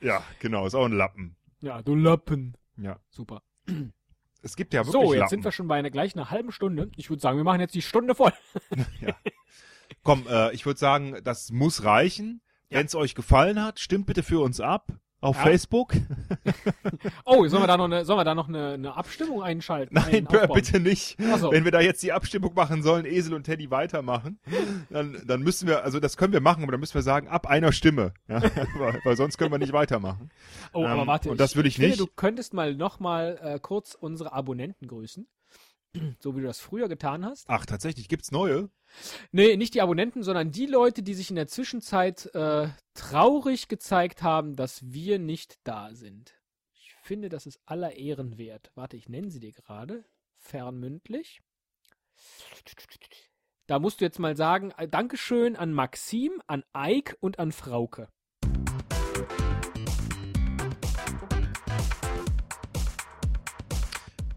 Ja, genau, ist auch ein Lappen. Ja, du Lappen. Ja. Super. Es gibt ja wirklich So, jetzt Lappen. sind wir schon bei einer, gleich einer halben Stunde. Ich würde sagen, wir machen jetzt die Stunde voll. Komm, äh, ich würde sagen, das muss reichen. Wenn's euch gefallen hat, stimmt bitte für uns ab. Auf Ja. Facebook? Oh, sollen wir da noch eine, sollen wir da noch eine, eine Abstimmung einschalten? Nein, Einen Bör, aufbauen? bitte nicht. Ach so. Wenn wir da jetzt die Abstimmung machen sollen, Esel und Teddy weitermachen, dann, dann müssen wir, also das können wir machen, aber dann müssen wir sagen, ab einer Stimme. Ja, weil, weil sonst können wir nicht weitermachen. Oh, Ähm, aber warte. und das würde ich finde, nicht. Du könntest mal nochmal äh, kurz unsere Abonnenten grüßen. So wie du das früher getan hast. Ach, tatsächlich, gibt's neue? Nee, nicht die Abonnenten, sondern die Leute, die sich in der Zwischenzeit äh, traurig gezeigt haben, dass wir nicht da sind. Ich finde, das ist aller Ehren wert. Warte, ich nenne sie dir gerade. Fernmündlich. Da musst du jetzt mal sagen, äh, Dankeschön an Maxim, an Eik und an Frauke.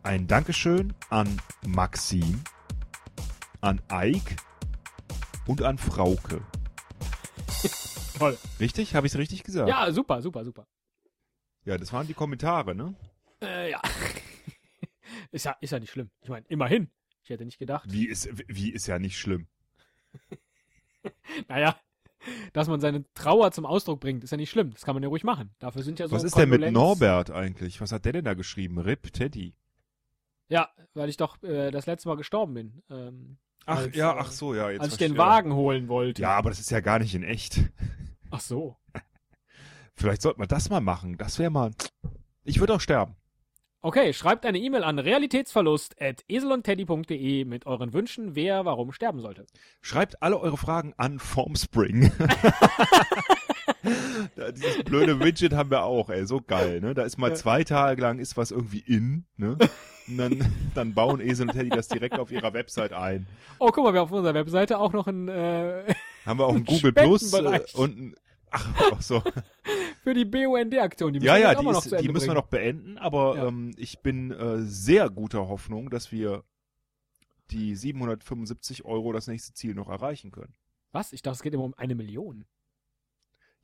Ein Dankeschön an Maxim, an Eik und an Frauke. Toll. Richtig? Habe ich's richtig gesagt? Ja, super, super, super. Ja, das waren die Kommentare, ne? Äh, ja. ist ja. Ist ja nicht schlimm. Ich meine, immerhin. Ich hätte nicht gedacht. Wie ist, wie ist ja nicht schlimm. Naja, dass man seine Trauer zum Ausdruck bringt, ist ja nicht schlimm. Das kann man ja ruhig machen. Dafür sind ja so Was ist denn mit Kondolenz- Norbert eigentlich? Was hat der denn da geschrieben? Rip Teddy. Ja, weil ich doch äh, das letzte Mal gestorben bin. Ähm, Ach Als, ja, äh, ach so, ja. Jetzt als ich verstehe. den Wagen holen wollte. Ja, aber das ist ja gar nicht in echt. Ach so. Vielleicht sollte man das mal machen. Das wäre mal. Ich würde auch sterben. Okay, schreibt eine E-Mail an realitätsverlust.eselundteddy.de mit euren Wünschen, wer warum sterben sollte. Schreibt alle eure Fragen an Formspring. Ja, Dieses blöde Widget haben wir auch, ey, so geil, ne? Da ist mal Ja. zwei Tage lang ist was irgendwie in, ne? Und dann, dann bauen Esel und Teddy das direkt auf ihrer Website ein. Oh, guck mal, wir haben auf unserer Webseite auch noch ein äh, Haben wir auch einen Google Plus äh, Spendenbereich. und ein, ach, auch so. für die BUND-Aktion. Die müssen Ja, wir ja, jetzt auch die, mal noch ist, zu Ende die müssen wir bringen. noch beenden, aber Ja. ähm, ich bin äh, sehr guter Hoffnung, dass wir die 775 Euro das nächste Ziel noch erreichen können. Was? Ich dachte, es geht immer um eine Million.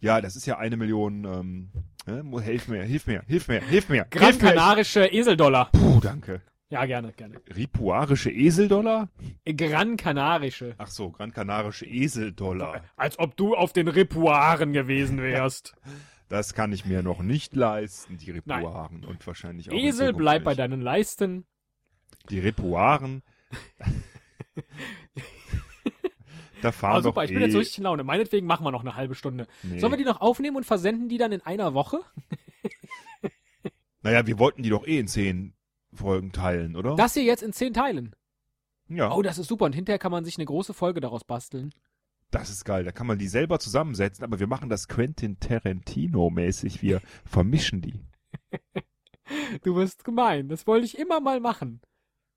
Ja, das ist ja eine Million. Ähm, ne? Mu- Hilf mir, hilf mir, hilf mir, hilf mir. Gran hilf mir. Kanarische Eseldollar. Puh, danke. Ja, gerne, gerne. Ripuarische Eseldollar? Gran Kanarische. Ach so, Gran Kanarische Eseldollar. Als ob du auf den Ripuaren gewesen wärst. Das kann ich mir noch nicht leisten, die Ripuaren. Und wahrscheinlich auch. in Esel, Zukunft bleib bei nicht. deinen Leisten. Die Ripuaren. da fahren Ah, super, doch ich bin jetzt eh- so richtig in Laune. Meinetwegen machen wir noch eine halbe Stunde. Nee. Sollen wir die noch aufnehmen und versenden die dann in einer Woche? Naja, wir wollten die doch eh in zehn Folgen teilen, oder? Das hier jetzt in zehn Teilen. ja, Oh, das ist super. Und hinterher kann man sich eine große Folge daraus basteln. das ist geil. Da kann man die selber zusammensetzen, aber wir machen das Quentin Tarantino-mäßig. Wir vermischen die. Du bist gemein. Das wollte ich immer mal machen.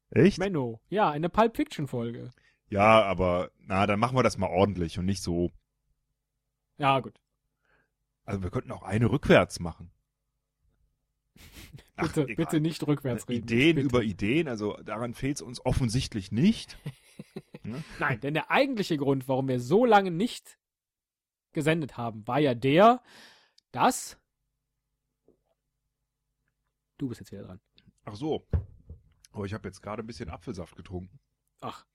Echt? Menno. Ja, eine Pulp Fiction Folge. Ja, aber na, dann machen wir das mal ordentlich und nicht so. Ja, gut. Also wir könnten auch eine rückwärts machen. Ach, Bitte, egal. Äh, bitte nicht rückwärts reden. Ideen bitte. über Ideen, also daran fehlt es uns offensichtlich nicht. Nein, denn der eigentliche Grund, warum wir so lange nicht gesendet haben, war ja der, dass. Du bist jetzt wieder dran. Ach so. Aber ich habe jetzt gerade ein bisschen Apfelsaft getrunken. Ach.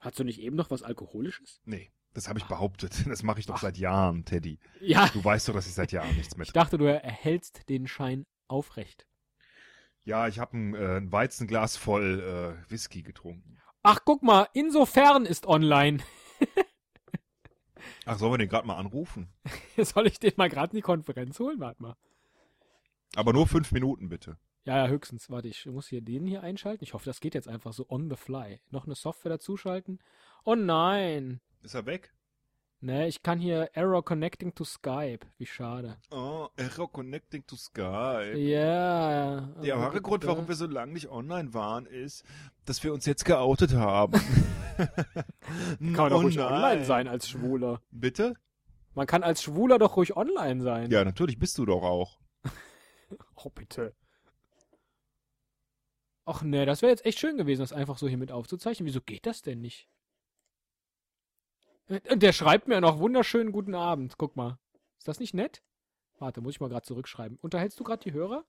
Hast du nicht eben noch was Alkoholisches? Nee, das habe ich behauptet. Das mache ich doch Ach. seit Jahren, Teddy. Ja. Du weißt doch, dass ich seit Jahren nichts mehr Ich dachte, du erhältst den Schein aufrecht. Ja, ich habe ein, äh, ein Weizenglas voll äh, Whisky getrunken. Ach, guck mal, insofern ist online. Ach, sollen wir den gerade mal anrufen? Soll ich den mal gerade in die Konferenz holen? Warte mal. Aber nur fünf Minuten bitte. Ja, ja, höchstens. Warte, ich muss hier den hier einschalten. Ich hoffe, das geht jetzt einfach so on the fly. Noch eine Software dazuschalten. Oh nein. Ist er weg? Ne, ich kann hier Error Connecting to Skype. Wie schade. Oh, Error Connecting to Skype. Ja. Der wahre Grund, warum wir so lange nicht online waren, ist, dass wir uns jetzt geoutet haben. Kann man doch Oh ruhig nein. online sein als Schwuler. Bitte? Man kann als Schwuler doch ruhig online sein. Ja, natürlich bist du doch auch. Oh, bitte. Och ne, das wäre jetzt echt schön gewesen, das einfach so hier mit aufzuzeichnen. Wieso geht das denn nicht? Und der schreibt mir noch wunderschönen guten Abend. Guck mal. Ist das nicht nett? Warte, muss ich mal gerade zurückschreiben. Unterhältst du gerade die Hörer?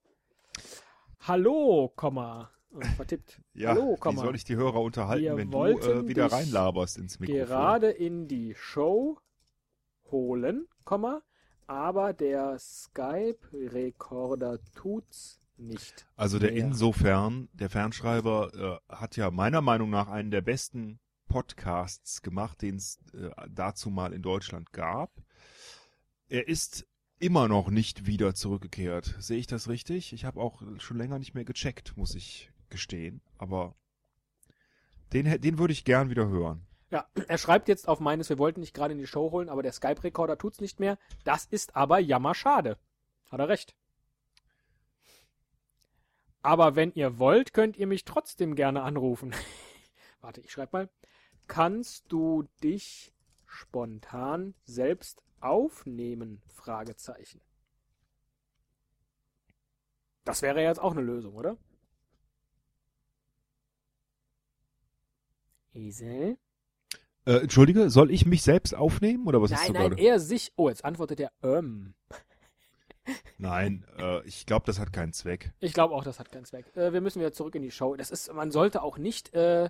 Hallo, Komma. Und vertippt. Ja, Hallo, wie Komma. soll ich die Hörer unterhalten, Wir wenn du wollten äh, wieder dich reinlaberst ins Mikrofon? gerade in die Show holen, Komma, aber der Skype-Rekorder tut's nicht. Also der mehr. insofern, der Fernschreiber äh, hat ja meiner Meinung nach einen der besten Podcasts gemacht, den es äh, dazu mal in Deutschland gab. Er ist immer noch nicht wieder zurückgekehrt. Sehe ich das richtig? Ich habe auch schon länger nicht mehr gecheckt, muss ich gestehen. Aber den, hä- den würde ich gern wieder hören. Ja, er schreibt jetzt auf meines, wir wollten dich gerade in die Show holen, aber der Skype-Rekorder tut's nicht mehr. Das ist aber jammerschade. Hat er recht. Aber wenn ihr wollt, könnt ihr mich trotzdem gerne anrufen. Warte, ich schreibe mal. Kannst du dich spontan selbst aufnehmen? Fragezeichen. Das wäre jetzt auch eine Lösung, oder? Esel? Äh, Entschuldige, soll ich mich selbst aufnehmen oder was ist nein, so nein, gerade? er sich. Oh, jetzt antwortet er, ähm. Nein, äh, ich glaube, das hat keinen Zweck. Ich glaube auch, das hat keinen Zweck. Äh, wir müssen wieder zurück in die Show. Das ist, man sollte auch nicht äh,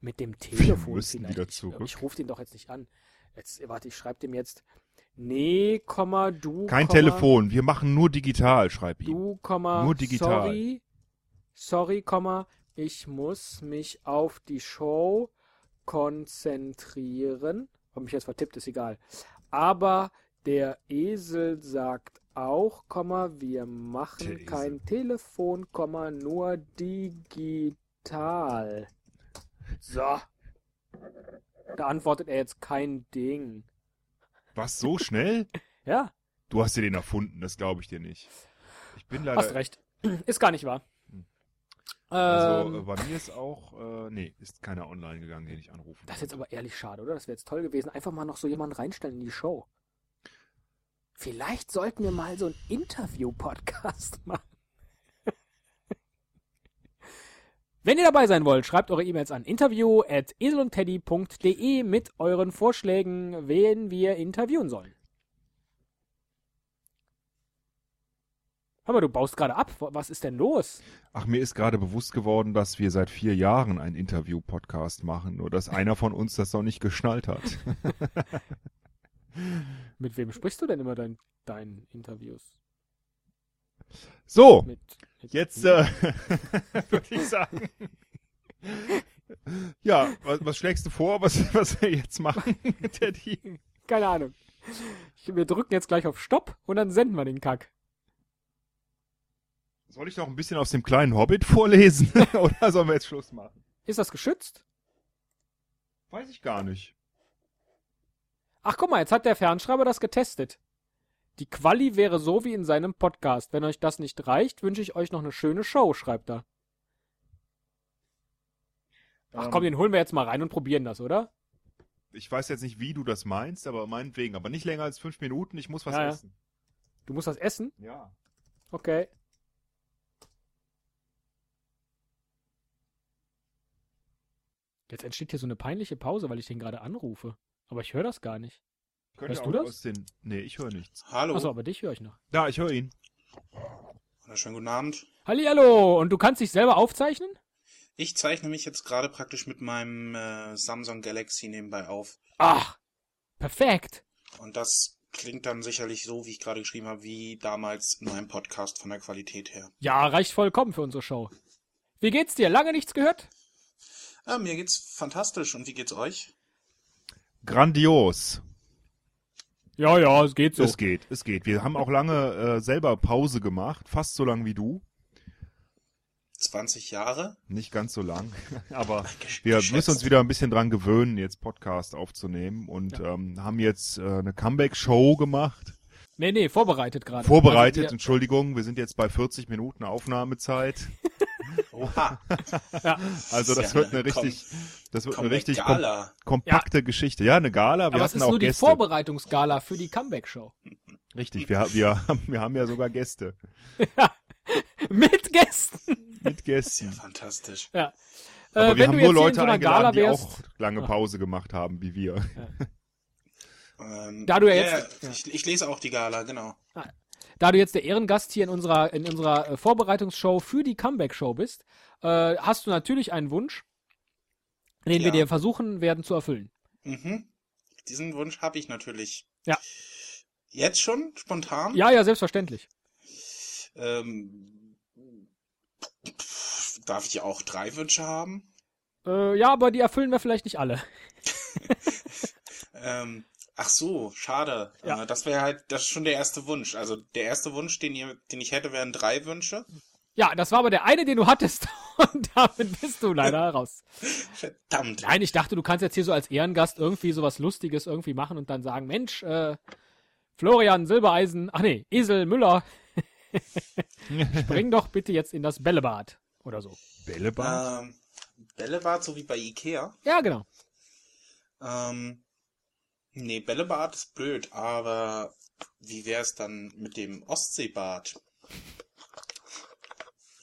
mit dem Telefon müssen vielleicht. wieder Ich- zurück. Ich, rufe den doch jetzt nicht an. Jetzt, warte, ich schreibe dem jetzt. Nee, Komma, du. Kein Komma, Telefon, wir machen nur digital, schreib ihm. Du, Komma, Nur digital. sorry. Sorry, Komma, ich muss mich auf die Show konzentrieren. Hab mich jetzt vertippt, ist egal. Aber der Esel sagt auch, Komma, wir Der machen Esel. kein Telefon, Komma, nur digital. So. Da antwortet er jetzt kein Ding. Was, so schnell? Ja, Du hast dir den erfunden, das glaube ich dir nicht. Ich bin leider. hast recht. Ist gar nicht wahr. Hm. Ähm, Also äh, bei mir ist auch, äh, nee, ist keiner online gegangen, den ich anrufen Das ist jetzt konnte. aber ehrlich schade, oder? Das wäre jetzt toll gewesen. Einfach mal noch so jemanden reinstellen in die Show. Vielleicht sollten wir mal so einen Interview-Podcast machen. Wenn ihr dabei sein wollt, schreibt eure E-Mails an interview at eselundteddy.de mit euren Vorschlägen, wen wir interviewen sollen. Hör mal, du baust gerade ab. Was ist denn los? Ach, mir ist gerade bewusst geworden, dass wir seit vier Jahren einen Interview-Podcast machen, nur dass einer von uns das noch nicht geschnallt hat. Mit wem sprichst du denn immer dein, deinen Interviews? So, Mit, mit jetzt äh, würde ich sagen. Ja, was, was schlägst du vor, was, was wir jetzt machen, Teddy? Keine Ahnung. Ich, wir drücken jetzt gleich auf Stopp und dann senden wir den Kack. Soll ich noch ein bisschen aus dem kleinen Hobbit vorlesen oder sollen wir jetzt Schluss machen? Ist das geschützt? Weiß ich gar nicht. Ach guck mal, jetzt hat der Fernschreiber das getestet. Die Quali wäre so wie in seinem Podcast. Wenn euch das nicht reicht, wünsche ich euch noch eine schöne Show, schreibt er. Ähm. Ach komm, den holen wir jetzt mal rein und probieren das, oder? Ich weiß jetzt nicht, wie du das meinst, aber meinetwegen. Aber nicht länger als fünf Minuten, ich muss was Ja, ja. essen. Du musst das essen? Ja. Okay. Jetzt entsteht hier so eine peinliche Pause, weil ich den gerade anrufe. Aber ich höre das gar nicht. Könnt Hörst ihr du auch das? Aus den... Nee, ich höre nichts. Hallo. Achso, aber dich höre ich noch. Da, ich höre ihn. Wunderschönen guten Abend. Hallihallo! Und du kannst dich selber aufzeichnen? Ich zeichne mich jetzt gerade praktisch mit meinem äh, Samsung Galaxy nebenbei auf. Ach, perfekt. Und das klingt dann sicherlich so, wie ich gerade geschrieben habe, wie damals in meinem Podcast von der Qualität her. Ja, reicht vollkommen für unsere Show. Wie geht's dir? Lange nichts gehört? Ah, mir geht's fantastisch. Und wie geht's euch? Grandios. Ja, ja, es geht Es geht, es geht. Wir haben auch lange äh, selber Pause gemacht, fast so lang wie du. 20 Jahre? Nicht ganz so lang, aber Gesch- wir geschätzt. müssen uns wieder ein bisschen dran gewöhnen, jetzt Podcast aufzunehmen und ähm, haben jetzt äh, eine Comeback-Show gemacht. Nee, nee, vorbereitet gerade. Vorbereitet, Also, Entschuldigung, wir sind jetzt bei 40 Minuten Aufnahmezeit. Oha. Also das Ja, wird eine komm. richtig, das wird eine Comeback richtig kom Gala. kompakte Geschichte. Ja, eine Gala. Wir aber es hatten ist auch nur die Gäste. Vorbereitungsgala für die Comeback-Show. Richtig, wir, ha- wir, haben- wir haben ja sogar Gäste. Mit Gästen! Mit Sehr Gästen. fantastisch. Ja. Aber Äh, wenn wir haben du jetzt nur hier in Leute so einer eingeladen, Gala die wärst. Ah. auch lange Pause gemacht haben, wie wir. Ähm, Da du ja ja, jetzt- ja, ja. Ich, ich lese auch die Gala, genau. Da du jetzt der Ehrengast hier in unserer, in unserer äh, Vorbereitungsshow für die Comeback-Show bist, äh, hast du natürlich einen Wunsch, den wir Ja. dir versuchen werden zu erfüllen. Mhm. Diesen Wunsch habe ich natürlich. Ja. Jetzt schon? Spontan? Ja, ja, selbstverständlich. Ähm, pff, darf ich auch drei Wünsche haben? Äh, ja, aber die erfüllen wir vielleicht nicht alle. Ähm, ach so, schade. Ja. Äh, das wäre halt, das ist schon der erste Wunsch. Also der erste Wunsch, den ihr, den ich hätte, wären drei Wünsche. Ja, das war aber der eine, den du hattest. Und damit bist du leider raus. Verdammt. Nein, ich dachte, du kannst jetzt hier so als Ehrengast irgendwie sowas Lustiges irgendwie machen und dann sagen, Mensch, äh, Florian Silbereisen, ach nee, Esel Müller, spring doch bitte jetzt in das Bällebad oder so. Ah, Bällebad? Ähm, Bällebad, so wie bei Ikea. Ja, genau. Ähm, nee, Bällebad ist blöd, aber wie wär's dann mit dem Ostseebad?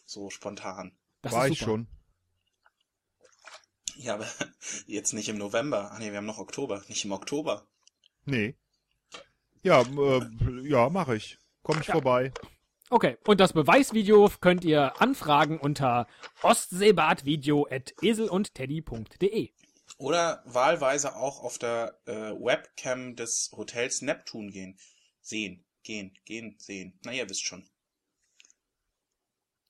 So spontan. Das War ist ich super. schon. Ja, aber jetzt nicht im November. Ah nee, wir haben noch Oktober. Nicht im Oktober. Nee. Ja, äh, ja, mache ich. Komm ich vorbei. Okay, und das Beweisvideo könnt ihr anfragen unter ostseebadvideo.eselundteddy.de. Oder wahlweise auch auf der äh, Webcam des Hotels Neptun gehen. Sehen, gehen, gehen, sehen. Na, ihr wisst schon.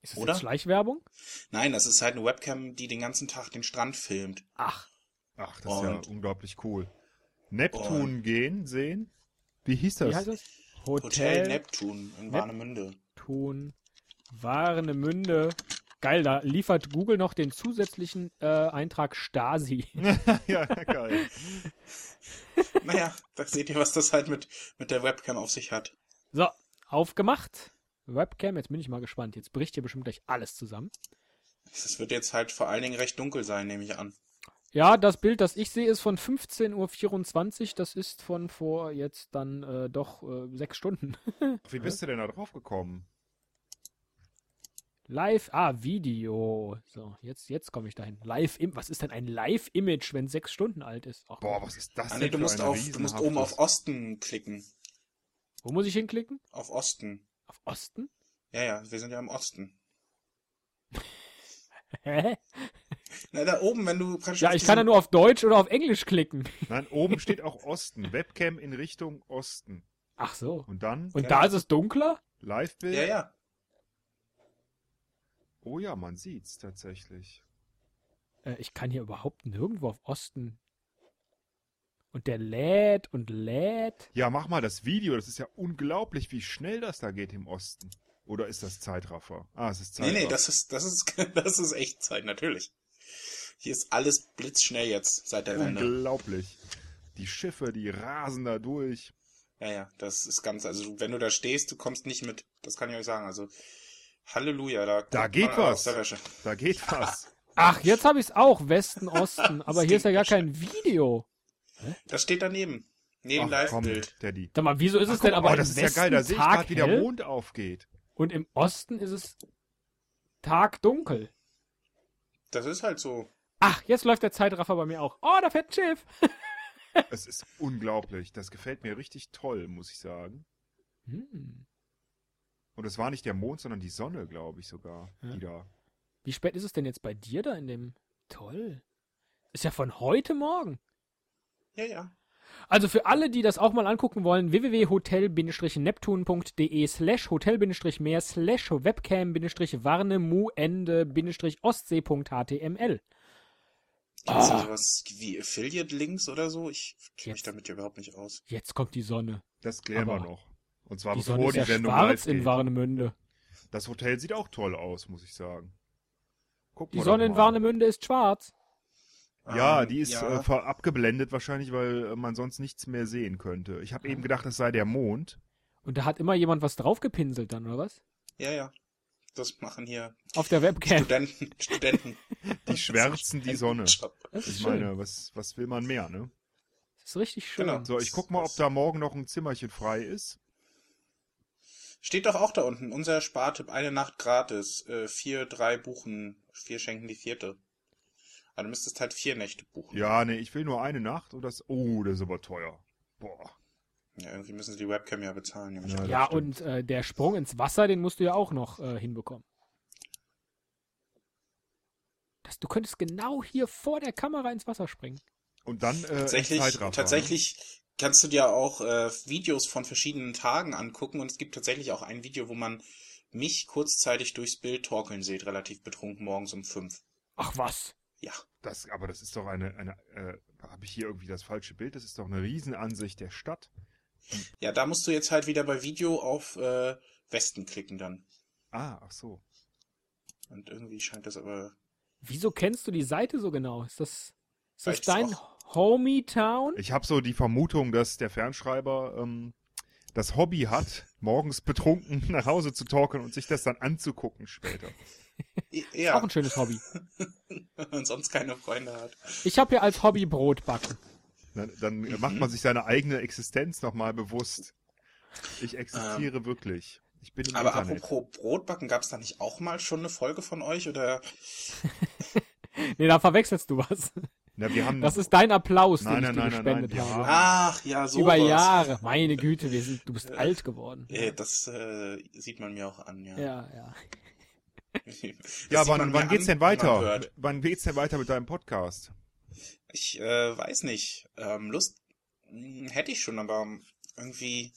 Ist das Oder? jetzt Schleichwerbung? Nein, das ist halt eine Webcam, die den ganzen Tag den Strand filmt. Ach, Ach, das ist Und- ja unglaublich cool. Neptun gehen, sehen. Wie hieß das? wie heißt das? Hotel, Neptun in Nep- Warnemünde. Neptun, Warnemünde. Geil, da liefert Google noch den zusätzlichen äh, Eintrag Stasi. ja, geil. naja, da seht ihr, was das halt mit, mit der Webcam auf sich hat. So, aufgemacht. Webcam, jetzt bin ich mal gespannt. Jetzt bricht hier bestimmt gleich alles zusammen. Es wird jetzt halt vor allen Dingen recht dunkel sein, nehme ich an. Ja, das Bild, das ich sehe, ist von 15.24 Uhr. Das ist von vor jetzt dann äh, doch äh, sechs Stunden. Wie bist du denn da drauf gekommen? Live, ah, Video. So, jetzt, jetzt komme ich dahin. Live, im, was ist denn ein Live-Image, wenn sechs Stunden alt ist? Ach, Boah, was ist das Ah denn? nee, du für musst, ein auf, du musst oben auf riesenhaftes- Osten klicken. wo muss ich hinklicken? Auf Osten. Auf Osten? Ja, ja, wir sind ja im Osten. Hä? Na, da oben, wenn du praktisch Ja, auf ich kann ja diesen- nur auf Deutsch oder auf Englisch klicken. Nein, oben steht auch Osten. Webcam in Richtung Osten. Ach so. Und dann Und Ja. da ist es dunkler? Live-Bild. Ja, ja. Oh ja, man sieht's tatsächlich. Äh, ich kann hier überhaupt nirgendwo auf Osten. Und der lädt und lädt. Ja, mach mal das Video. Das ist ja unglaublich, wie schnell das da geht im Osten. Oder ist das Zeitraffer? Ah, es ist Nee, Zeitraffer. nee, das ist, das ist, das ist Echtzeit, natürlich. Hier ist alles blitzschnell jetzt, seit Oh der Wende. unglaublich. Die Schiffe, die rasen da durch. Ja, ja, das ist ganz, also wenn du da stehst, du kommst nicht mit. Das kann ich euch sagen. Also, Halleluja, da, Da kommt geht man was. Aus der Wäsche. Da geht was. Ach, jetzt habe ich es auch. Westen, Osten. Aber hier ist ja gar kein Video. Das steht daneben. Neben Ach, komm, Live-Bild. Teddy. Sag mal, wieso ist es denn aber oh, im das ist ja Westen geil. Da sehe ich Tag gerade, wie der hell Mond aufgeht. und im Osten ist es tagdunkel? Das ist halt so. Ach, jetzt läuft der Zeitraffer bei mir auch. Oh, da fährt ein Schiff. Es ist unglaublich. Das gefällt mir richtig toll, muss ich sagen. Hm. Und es war nicht der Mond, sondern die Sonne, glaube ich sogar. Ja. Die da. Wie spät ist es denn jetzt bei dir da in dem? Toll. Ist ja von heute Morgen. Ja, ja. Also für alle, die das auch mal angucken wollen, www.hotel-neptun.de slash hotel-mehr slash webcam-warnemuende-ostsee.html Ah. Gibt's da sowas wie Affiliate-Links oder so? Ich kenne mich Jetzt. damit überhaupt nicht aus. Jetzt kommt die Sonne. Das klären wir Aber noch. Und zwar die Sonne bevor ist die ja Sendung schwarz live in geht. Warnemünde. Das Hotel sieht auch toll aus, muss ich sagen. Guck Die Sonne in Warnemünde ist schwarz. Ja, Ähm, die ist ja. Äh, ver- abgeblendet wahrscheinlich, weil äh, man sonst nichts mehr sehen könnte. Ich habe eben gedacht, es sei der Mond. Und da hat immer jemand was draufgepinselt dann, oder was? ja, ja. Das machen hier Auf der Webcam. Studenten, Studenten. Die schwärzen die Sonne. Job. Das ist Ich schön. meine, was, was will man mehr, ne? das ist richtig schön. Genau. So, ich guck mal, ob da morgen noch ein Zimmerchen frei ist. Steht doch auch da unten, unser Spartipp, eine Nacht gratis, äh, vier, drei buchen, vier schenken die vierte. Aber du müsstest halt vier Nächte buchen. Ja, nee, ich will nur eine Nacht und das. Oh, das ist aber teuer. Boah. Ja, irgendwie müssen sie die Webcam ja bezahlen. nehme ich Ja, an. Ja, und stimmt. äh, der Sprung ins Wasser, den musst du ja auch noch äh, hinbekommen. Das, du könntest genau hier vor der Kamera ins Wasser springen. Und dann äh, im tatsächlich, Zeitraffer, ne? tatsächlich kannst du dir auch äh, Videos von verschiedenen Tagen angucken und es gibt tatsächlich auch ein Video, wo man mich kurzzeitig durchs Bild torkeln sieht, relativ betrunken morgens um fünf. Ach was. Ja. Das, aber das ist doch eine, eine äh, habe ich hier irgendwie das falsche Bild? Das ist doch eine Riesenansicht der Stadt. Ja, da musst du jetzt halt wieder bei Video auf äh, Westen klicken dann. Ah, ach so. Und irgendwie scheint das aber. Wieso kennst du die Seite so genau? Ist das, ist das Vielleicht dein ist Homie Town? Ich habe so die Vermutung, dass der Fernschreiber ähm, das Hobby hat, morgens betrunken nach Hause zu talken und sich das dann anzugucken später. I- Ist Auch e-, Ja, ein schönes Hobby. wenn man sonst keine Freunde hat. Ich habe ja als Hobby Brot backen. Dann, dann Mhm. macht man sich seine eigene Existenz nochmal bewusst. Ich existiere wirklich. Ich bin im Ähm, Aber Internet. apropos Brotbacken, gab es da nicht auch mal schon eine Folge von euch? Oder Nee, da verwechselst du was. Na, wir haben Das ist dein Applaus, den Nein, ich nein, dir nein, nein, gespendet nein, ja. habe. ach ja, so Über Jahre. Meine Güte, wir sind, du bist alt geworden. Äh, das äh, sieht man mir auch an, ja. Ja, ja. Das ja, sieht man wann, mir wann geht's denn an, wenn man weiter? hört. Wann geht's denn weiter mit deinem Podcast? Ich äh, weiß nicht. Ähm, Lust hm, hätte ich schon, aber irgendwie.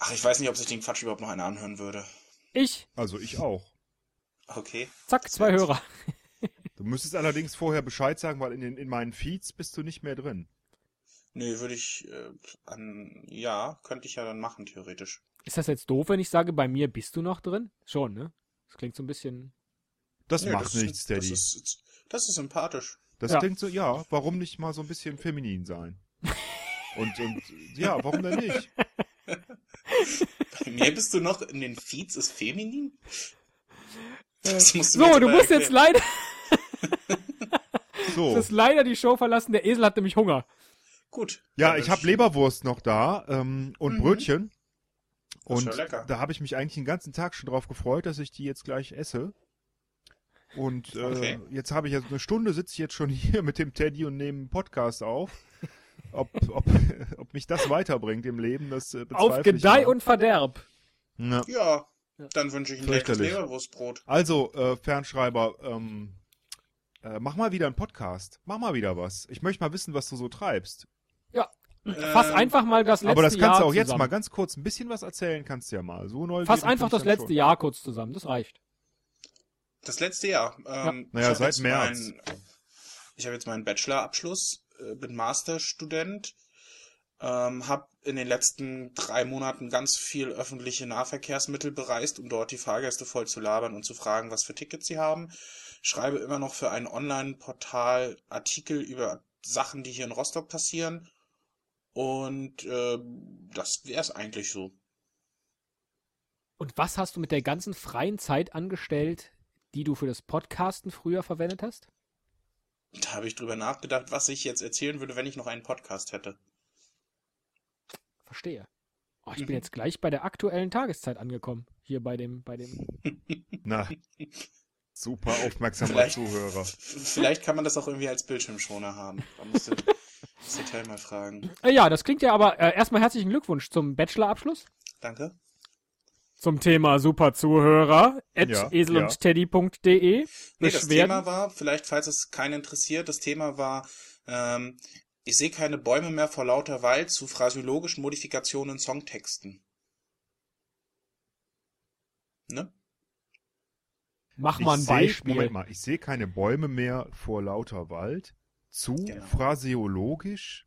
Ach, ich weiß nicht, ob sich den Quatsch überhaupt noch einer anhören würde. Ich, Also ich auch. Okay. zack, zwei Hörer. Du müsstest allerdings vorher Bescheid sagen, weil in, den, in meinen Feeds bist du nicht mehr drin. Nee, würde ich äh, an. Ja, könnte ich ja dann machen, theoretisch. Ist das jetzt doof, wenn ich sage, bei mir bist du noch drin? Schon, ne? Das klingt so ein bisschen. Das Nee, macht ist- nichts, Daddy. Das ist, das ist sympathisch. Das Ja. klingt so, ja, warum nicht mal so ein bisschen feminin sein? Und, und ja, warum denn nicht? Bei mir bist du noch in den Feeds, ist feminin? Das musst du mir So, jetzt du aber musst jetzt erklären. leider, du So. musst leider die Show verlassen. Der Esel hat nämlich Hunger. Gut. Ja, Dann ich wünsch- habe Leberwurst noch da ähm, und Mhm. Brötchen. Das ist Und ja lecker. da habe ich mich eigentlich den ganzen Tag schon drauf gefreut, dass ich die jetzt gleich esse. Und äh, Okay. jetzt habe ich ja so eine Stunde, sitze ich jetzt schon hier mit dem Teddy und nehme einen Podcast auf. Ob, ob, ob mich das weiterbringt im Leben, das äh, Auf bezweifle ich Gedeih mal. und Verderb. Ja. Ja, dann wünsche ich ein leckeres Fürchterlich. Leberwurstbrot. Also, äh, Fernschreiber, ähm, äh, mach mal wieder einen Podcast. Mach mal wieder was. Ich möchte mal wissen, was du so treibst. Fass Ähm, einfach mal das letzte Jahr Ähm, Aber das kannst du auch zusammen. jetzt mal ganz kurz ein bisschen was erzählen, kannst du ja mal. So neu. Fass einfach das letzte Jahr kurz zusammen. Das reicht. Das letzte Jahr. Ähm, Naja, ich hab seit jetzt März. meinen- ich habe jetzt meinen Bachelorabschluss, äh, bin Masterstudent, ähm, habe in den letzten drei Monaten ganz viel öffentliche Nahverkehrsmittel bereist, um dort die Fahrgäste voll zu labern und zu fragen, was für Tickets sie haben. Schreibe immer noch für ein Online-Portal Artikel über Sachen, die hier in Rostock passieren. Und äh, das wäre es eigentlich so. Und was hast du mit der ganzen freien Zeit angestellt, die du für das Podcasten früher verwendet hast? Da habe ich drüber nachgedacht, was ich jetzt erzählen würde, wenn ich noch einen Podcast hätte. Verstehe. Oh, ich bin Mhm. jetzt gleich bei der aktuellen Tageszeit angekommen. Hier bei dem, bei dem. Na, super aufmerksamer Vielleicht- Zuhörer. Vielleicht kann man das auch irgendwie als Bildschirmschoner haben. Da musst du das Detail mal fragen. Äh, ja, das klingt ja aber äh, erstmal herzlichen Glückwunsch zum Bachelorabschluss. Danke. Zum Thema super Zuhörer at Ja, esel ja. und teddy.de. Nee, das Beschwerden. Thema war, vielleicht falls es keinen interessiert, das Thema war, ähm, ich sehe keine Bäume mehr vor lauter Wald zu phrasiologischen Modifikationen in Songtexten. Ne? Mach Ich mal ein seh- Beispiel. Moment mal, ich sehe keine Bäume mehr vor lauter Wald. Zu Genau. phraseologisch.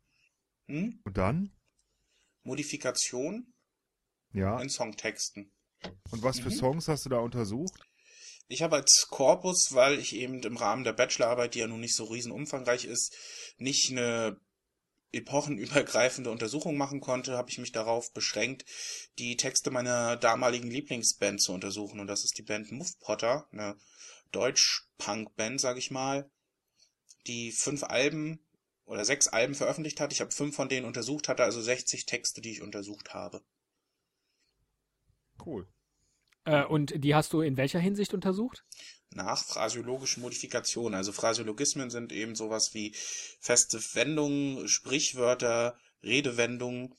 Hm? Und dann? Modifikation Ja. in Songtexten. Und was für mhm. Songs hast du da untersucht? Ich habe als Korpus, weil ich eben im Rahmen der Bachelorarbeit, die ja nun nicht so riesen umfangreich ist, nicht eine epochenübergreifende Untersuchung machen konnte, habe ich mich darauf beschränkt, die Texte meiner damaligen Lieblingsband zu untersuchen. Und das ist die Band Move Potter, eine Deutsch-Punk-Band, sag ich mal, die fünf Alben oder sechs Alben veröffentlicht hat. Ich habe fünf von denen untersucht, hatte also 60 Texte, die ich untersucht habe. Cool. Äh, und die hast du in welcher Hinsicht untersucht? nach phrasiologischen Modifikationen. Also Phrasiologismen sind eben sowas wie feste Wendungen, Sprichwörter, Redewendungen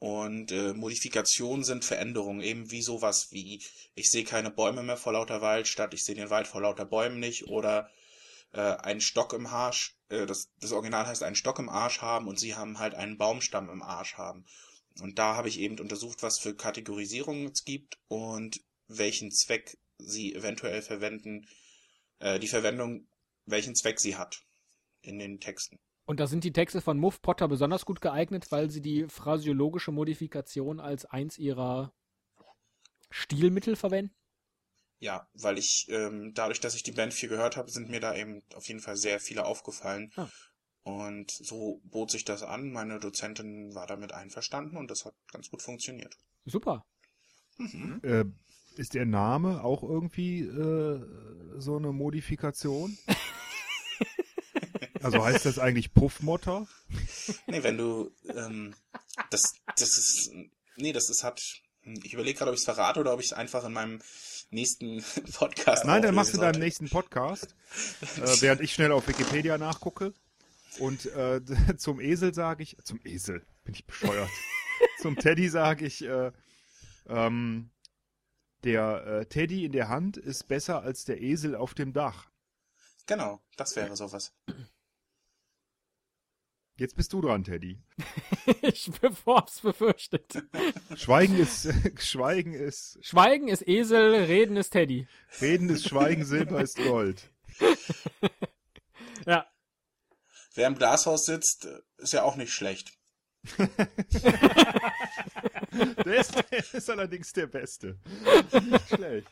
und äh, Modifikationen sind Veränderungen, eben wie sowas wie ich sehe keine Bäume mehr vor lauter Wald statt ich sehe den Wald vor lauter Bäumen nicht oder äh, einen Stock im Arsch, äh, das, das Original heißt einen Stock im Arsch haben und sie haben halt einen Baumstamm im Arsch haben. Und da habe ich eben untersucht, was für Kategorisierungen es gibt und welchen Zweck sie eventuell verwenden, äh, die Verwendung, welchen Zweck sie hat in den Texten. Und da sind die Texte von Muff Potter besonders gut geeignet, weil sie die phrasiologische Modifikation als eins ihrer Stilmittel verwenden. Ja, weil ich, ähm, dadurch, dass ich die Band viel gehört habe, sind mir da eben auf jeden Fall sehr viele aufgefallen. Ah. Und so bot sich das an. Meine Dozentin war damit einverstanden und das hat ganz gut funktioniert. Super. Mhm. Äh, ist der Name auch irgendwie äh, so eine Modifikation? also heißt das eigentlich Puffmotter? Nee, wenn du, ähm, das, das ist, nee, das ist hat, ich überlege gerade, ob ich es verrate oder ob ich es einfach in meinem nächsten Podcast Nein, dann auflösen machst du deinen sollte. nächsten Podcast, äh, während ich schnell auf Wikipedia nachgucke. Und äh, zum Esel sage ich, zum Esel bin ich bescheuert. zum Teddy sage ich, äh, ähm, der äh, Teddy in der Hand ist besser als der Esel auf dem Dach. Genau, das wäre sowas. Jetzt bist du dran, Teddy. Ich bevorb's befürchtet. Schweigen ist, Schweigen ist, Schweigen ist Esel, Reden ist Teddy. Reden ist Schweigen, Silber ist Gold. Ja. Wer im Glashaus sitzt, ist ja auch nicht schlecht. Der ist, der ist allerdings der Beste. Schlecht.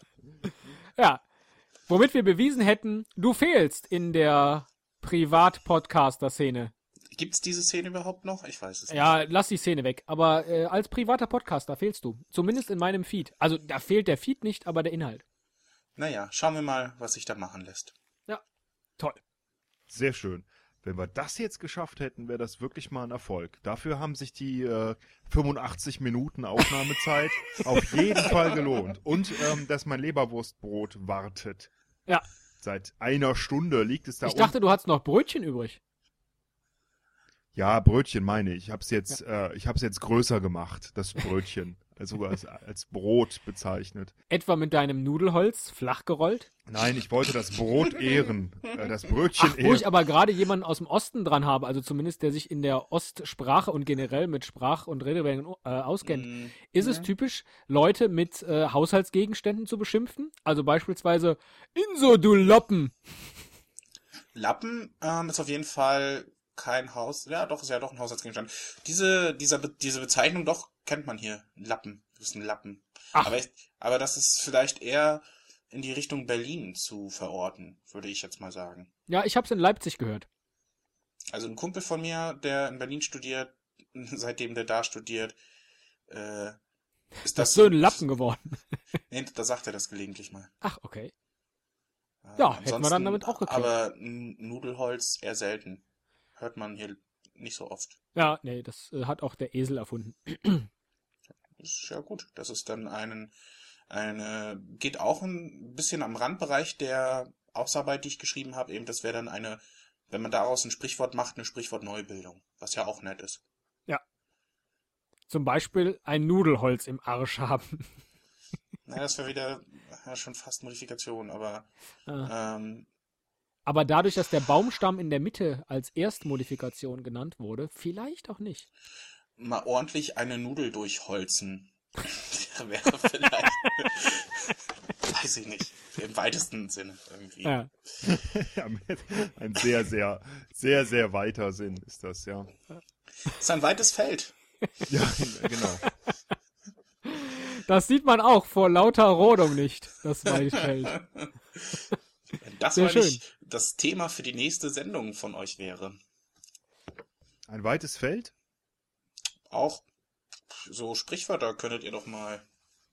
Ja. Womit wir bewiesen hätten, du fehlst in der Privat-Podcaster-Szene. Gibt's diese Szene überhaupt noch? Ich weiß es nicht. Ja, lass die Szene weg. Aber äh, als privater Podcaster fehlst du. Zumindest in meinem Feed. Also da fehlt der Feed nicht, aber der Inhalt. Naja, schauen wir mal, was sich da machen lässt. Toll. Sehr schön. Wenn wir das jetzt geschafft hätten, wäre das wirklich mal ein Erfolg. Dafür haben sich die äh, 85 Minuten Aufnahmezeit auf jeden Fall gelohnt. Und ähm, dass mein Leberwurstbrot wartet. Ja. Seit einer Stunde liegt es da ich dachte, du hast noch Brötchen übrig. Ja, Brötchen meine ich. Ich hab's jetzt, äh, ich hab's jetzt größer gemacht, das Brötchen. also als, als Brot bezeichnet. Etwa mit deinem Nudelholz flachgerollt. Nein, ich wollte das Brot ehren. Äh, das Brötchen Ach, wo ehren. ich aber gerade jemanden aus dem Osten dran habe, also zumindest der sich in der Ostsprache und generell mit Sprach- und Redewendungen äh, auskennt, Mm, ist es ja. typisch, Leute mit äh, Haushaltsgegenständen zu beschimpfen? Also beispielsweise Inso, du Loppen! Lappen ähm, ist auf jeden Fall kein Haus. Ja, doch, ist ja doch ein Haushaltsgegenstand. Diese, dieser, Be- diese Bezeichnung doch kennt man hier. Lappen. Du bist ein Lappen. Ach. Aber, ich, aber das ist vielleicht eher in die Richtung Berlin zu verorten, würde ich jetzt mal sagen. Ja, ich hab's in Leipzig gehört. Also ein Kumpel von mir, der in Berlin studiert, seitdem der da studiert, äh, Das ist das ist so ein Lappen geworden. Nee, da sagt er das gelegentlich mal. Ach, okay. Äh, Ja, hätten wir dann ansonsten- damit auch geklärt. Aber N- Nudelholz eher selten. Hört man hier nicht so oft. Ja, nee, das äh, hat auch der Esel erfunden. Das ist ja gut. Das ist dann einen, eine, geht auch ein bisschen am Randbereich der Ausarbeit, die ich geschrieben habe. Eben, das wäre dann eine, wenn man daraus ein Sprichwort macht, eine Sprichwortneubildung. Was ja auch nett ist. Zum Beispiel ein Nudelholz im Arsch haben. Na, das wäre wieder ja, schon fast Modifikation, aber Ah. ähm, Aber dadurch, dass der Baumstamm in der Mitte als Erstmodifikation genannt wurde, vielleicht auch nicht. mal ordentlich eine Nudel durchholzen. wäre vielleicht. weiß ich nicht. Im weitesten Sinne irgendwie. Ja. Ein sehr, sehr, sehr, sehr weiter Sinn ist das, ja. Ist ein weites Feld. Ja, genau. Das sieht man auch vor lauter Rodung nicht, das Weichfeld. Wenn das Sehr mal nicht das Thema für die nächste Sendung von euch wäre. Ein weites Feld? Auch so Sprichwörter könntet ihr doch mal.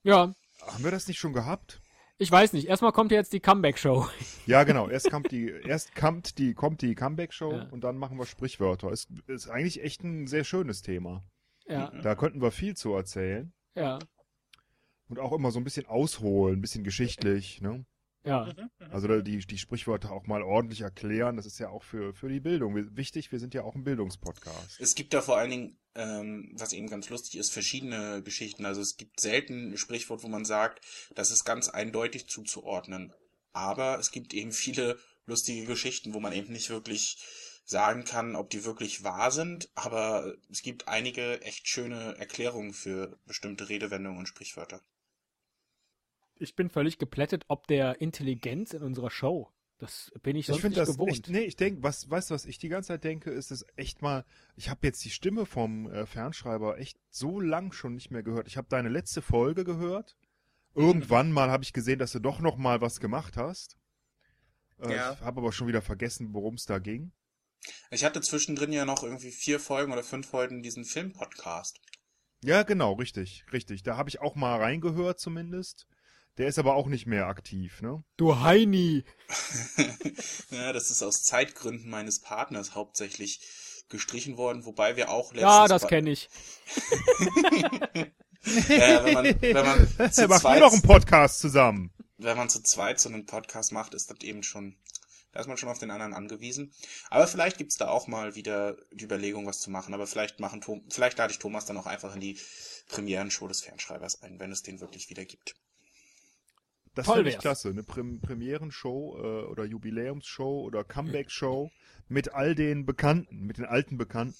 Ja, Haben wir das nicht schon gehabt? ich weiß nicht. Erstmal kommt ja jetzt die Comeback-Show. Ja, genau. Erst kommt die, erst kommt die, kommt die Comeback-Show Ja. und dann machen wir Sprichwörter. Ist, ist eigentlich echt ein sehr schönes Thema. Ja, Da könnten wir viel zu erzählen ja, und auch immer so ein bisschen ausholen, ein bisschen geschichtlich. Ne? ja. Also da die, die Sprichwörter auch mal ordentlich erklären. Das ist ja auch für, für die Bildung wi- wichtig. Wir sind ja auch ein Bildungspodcast. Es gibt da vor allen Dingen, ähm, was eben ganz lustig ist, verschiedene Geschichten. Also es gibt selten ein Sprichwort, wo man sagt, das ist ganz eindeutig zuzuordnen. Aber es gibt eben viele lustige Geschichten, wo man eben nicht wirklich sagen kann, ob die wirklich wahr sind, aber es gibt einige echt schöne Erklärungen für bestimmte Redewendungen und Sprichwörter. Ich bin völlig geplättet, ob der Intelligenz in unserer Show. Das bin ich sonst ich finde nicht das gewohnt. echt, nee, ich denke, was, weißt du, was ich die ganze Zeit denke, ist es echt mal, ich habe jetzt die Stimme vom äh, Fernschreiber echt so lang schon nicht mehr gehört. Ich habe deine letzte Folge gehört. Irgendwann mal habe ich gesehen, dass du doch noch mal was gemacht hast. Äh, Ja. Ich habe aber schon wieder vergessen, worum es da ging. Ich hatte zwischendrin ja noch irgendwie vier Folgen oder fünf Folgen diesen Film-Podcast. Ja, genau, richtig, richtig. Da habe ich auch mal reingehört zumindest. Der ist aber auch nicht mehr aktiv, ne? Du Heini! ja, das ist aus Zeitgründen meines Partners hauptsächlich gestrichen worden, wobei wir auch letztens Ja, das bei- kenne ich. Ja, wenn man, wenn man zu Macht ihr zweit, doch einen Podcast zusammen. wenn man zu zweit so einen Podcast macht, ist das eben schon, da ist man schon auf den anderen angewiesen. Aber vielleicht gibt's da auch mal wieder die Überlegung, was zu machen. Aber vielleicht machen, Tom- vielleicht lade ich Thomas dann auch einfach in die Premierenshow des Fernschreibers ein, wenn es den wirklich wieder gibt. Das Toll finde ich wär's. klasse. Eine Prem Premierenshow äh, oder Jubiläumsshow Hm. oder Comeback-Show mit all den Bekannten, mit den alten Bekannten.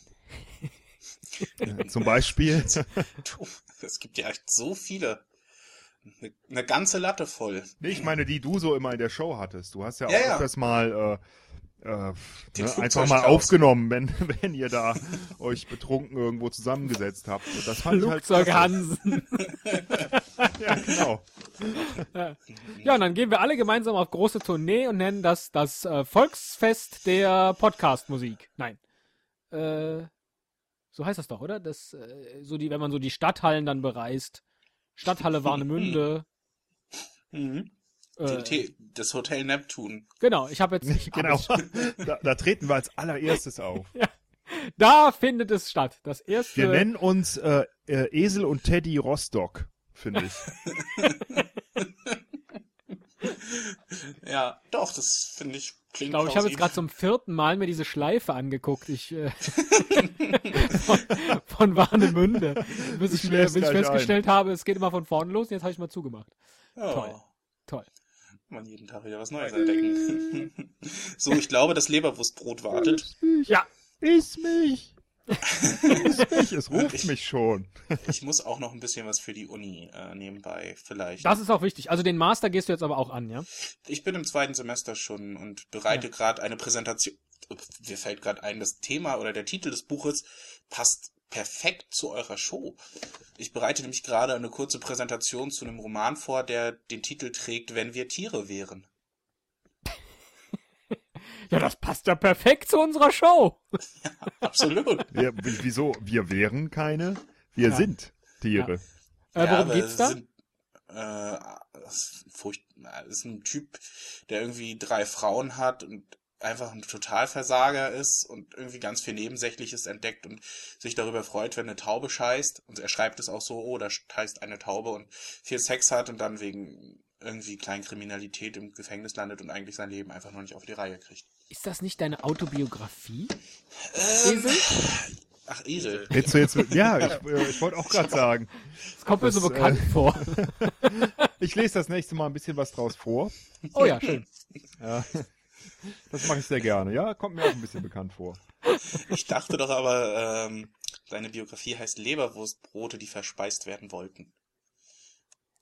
Äh, Zum Beispiel. Du, es gibt ja echt so viele. Eine, eine ganze Latte voll. nee, ich meine, die du so immer in der Show hattest. Du hast ja auch Ja, ja. öfters mal äh, äh, Den ne, einfach mal Flugzeugchaos. aufgenommen, wenn, wenn ihr da euch betrunken irgendwo zusammengesetzt habt. Und das fand ich halt Flugzeug klasse. Hansen. Ja, genau. Ja, und dann gehen wir alle gemeinsam auf große Tournee und nennen das das äh, Volksfest der Podcast-Musik. Nein. Äh, so heißt das doch, oder? Das, äh, so die, wenn man so die Stadthallen dann bereist. Stadthalle Warnemünde. Mhm. Den Äh, Tee- Das Hotel Neptun. genau, ich habe jetzt. Ich hab genau. jetzt- Da, da treten wir als allererstes auf. Da findet es statt. Das erste. Wir nennen uns äh, äh, Esel und Teddy Rostock, finde ich. Ja, doch, das finde ich ich klingt glaube, ich habe plausibel. jetzt gerade zum vierten Mal mir diese Schleife angeguckt. Ich äh, von, von Warnemünde. Bis ich, Du mir, schläfst bis ich gleich festgestellt habe, es geht immer von vorne los und jetzt habe ich mal zugemacht. Ja. Toll. Toll. Man jeden Tag wieder was Neues entdecken. so, ich glaube, das Leberwurstbrot wartet. Ja. Iss mich! Iss mich! Es ruft mich schon. Ich muss auch noch ein bisschen was für die Uni äh, nebenbei vielleicht. Das ist auch wichtig. Also den Master gehst du jetzt aber auch an, ja? Ich bin im zweiten Semester schon und bereite gerade eine Präsentation. Mir fällt gerade ein, das Thema oder der Titel des Buches passt perfekt zu eurer Show. Ich bereite nämlich gerade eine kurze Präsentation zu einem Roman vor, der den Titel trägt, wenn wir Tiere wären. Ja, das passt ja perfekt zu unserer Show. Absolut. Wir, w- wieso? Wir wären keine, wir Ja. sind Tiere. Äh, Ja, worum aber geht's es da? Sind, äh, es ist furcht, es ist ein Typ, der irgendwie drei Frauen hat und einfach ein Totalversager ist und irgendwie ganz viel Nebensächliches entdeckt und sich darüber freut, wenn eine Taube scheißt. Und er schreibt es auch so, oh, da scheißt eine Taube und viel Sex hat und dann wegen irgendwie kleinen Kriminalität im Gefängnis landet und eigentlich sein Leben einfach noch nicht auf die Reihe kriegt. Ist das nicht deine Autobiografie? Esel? Ach, Esel. Redst du jetzt mit, ja, ich, äh, ich wollte auch gerade sagen. Das kommt mir Das, so bekannt vor. Ich lese das nächste Mal ein bisschen was draus vor. Oh ja, schön. Ja. Das mache ich sehr gerne. Ja, kommt mir auch ein bisschen bekannt vor. Ich dachte doch aber, ähm, seine Biografie heißt Leberwurstbrote, die verspeist werden wollten.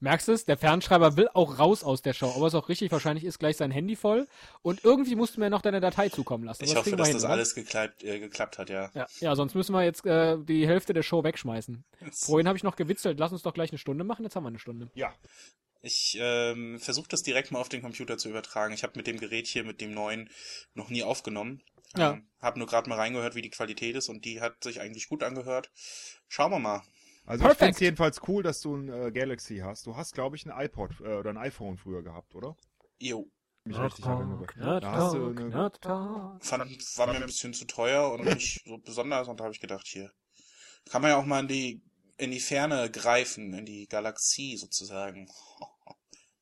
Merkst du es? Der Fernschreiber will auch raus aus der Show. Aber es ist auch richtig, wahrscheinlich ist gleich sein Handy voll. Und irgendwie musst du mir noch deine Datei zukommen lassen. Ich Aber hoffe, kriegen wir dass hin, ne? das oder? alles geklappt, äh, geklappt hat, ja. Ja, ja, sonst müssen wir jetzt äh, die Hälfte der Show wegschmeißen. Vorhin habe ich noch gewitzelt, lass uns doch gleich eine Stunde machen, jetzt haben wir eine Stunde. Ja. Ich ähm, versuche das direkt mal auf den Computer zu übertragen. Ich habe mit dem Gerät hier, mit dem neuen, noch nie aufgenommen. Ja. Ähm, habe nur gerade mal reingehört, wie die Qualität ist und die hat sich eigentlich gut angehört. Schauen wir mal. Also ich Perfekt. finde es jedenfalls cool, dass du ein äh, Galaxy hast. Du hast, glaube ich, ein iPod äh, oder ein iPhone früher gehabt, oder? Jo, Mich richtig erinnere. Da hast du eine, fand, war mir ein bisschen zu teuer und nicht so besonders und da habe ich gedacht, hier kann man ja auch mal in die in die Ferne greifen, in die Galaxie sozusagen.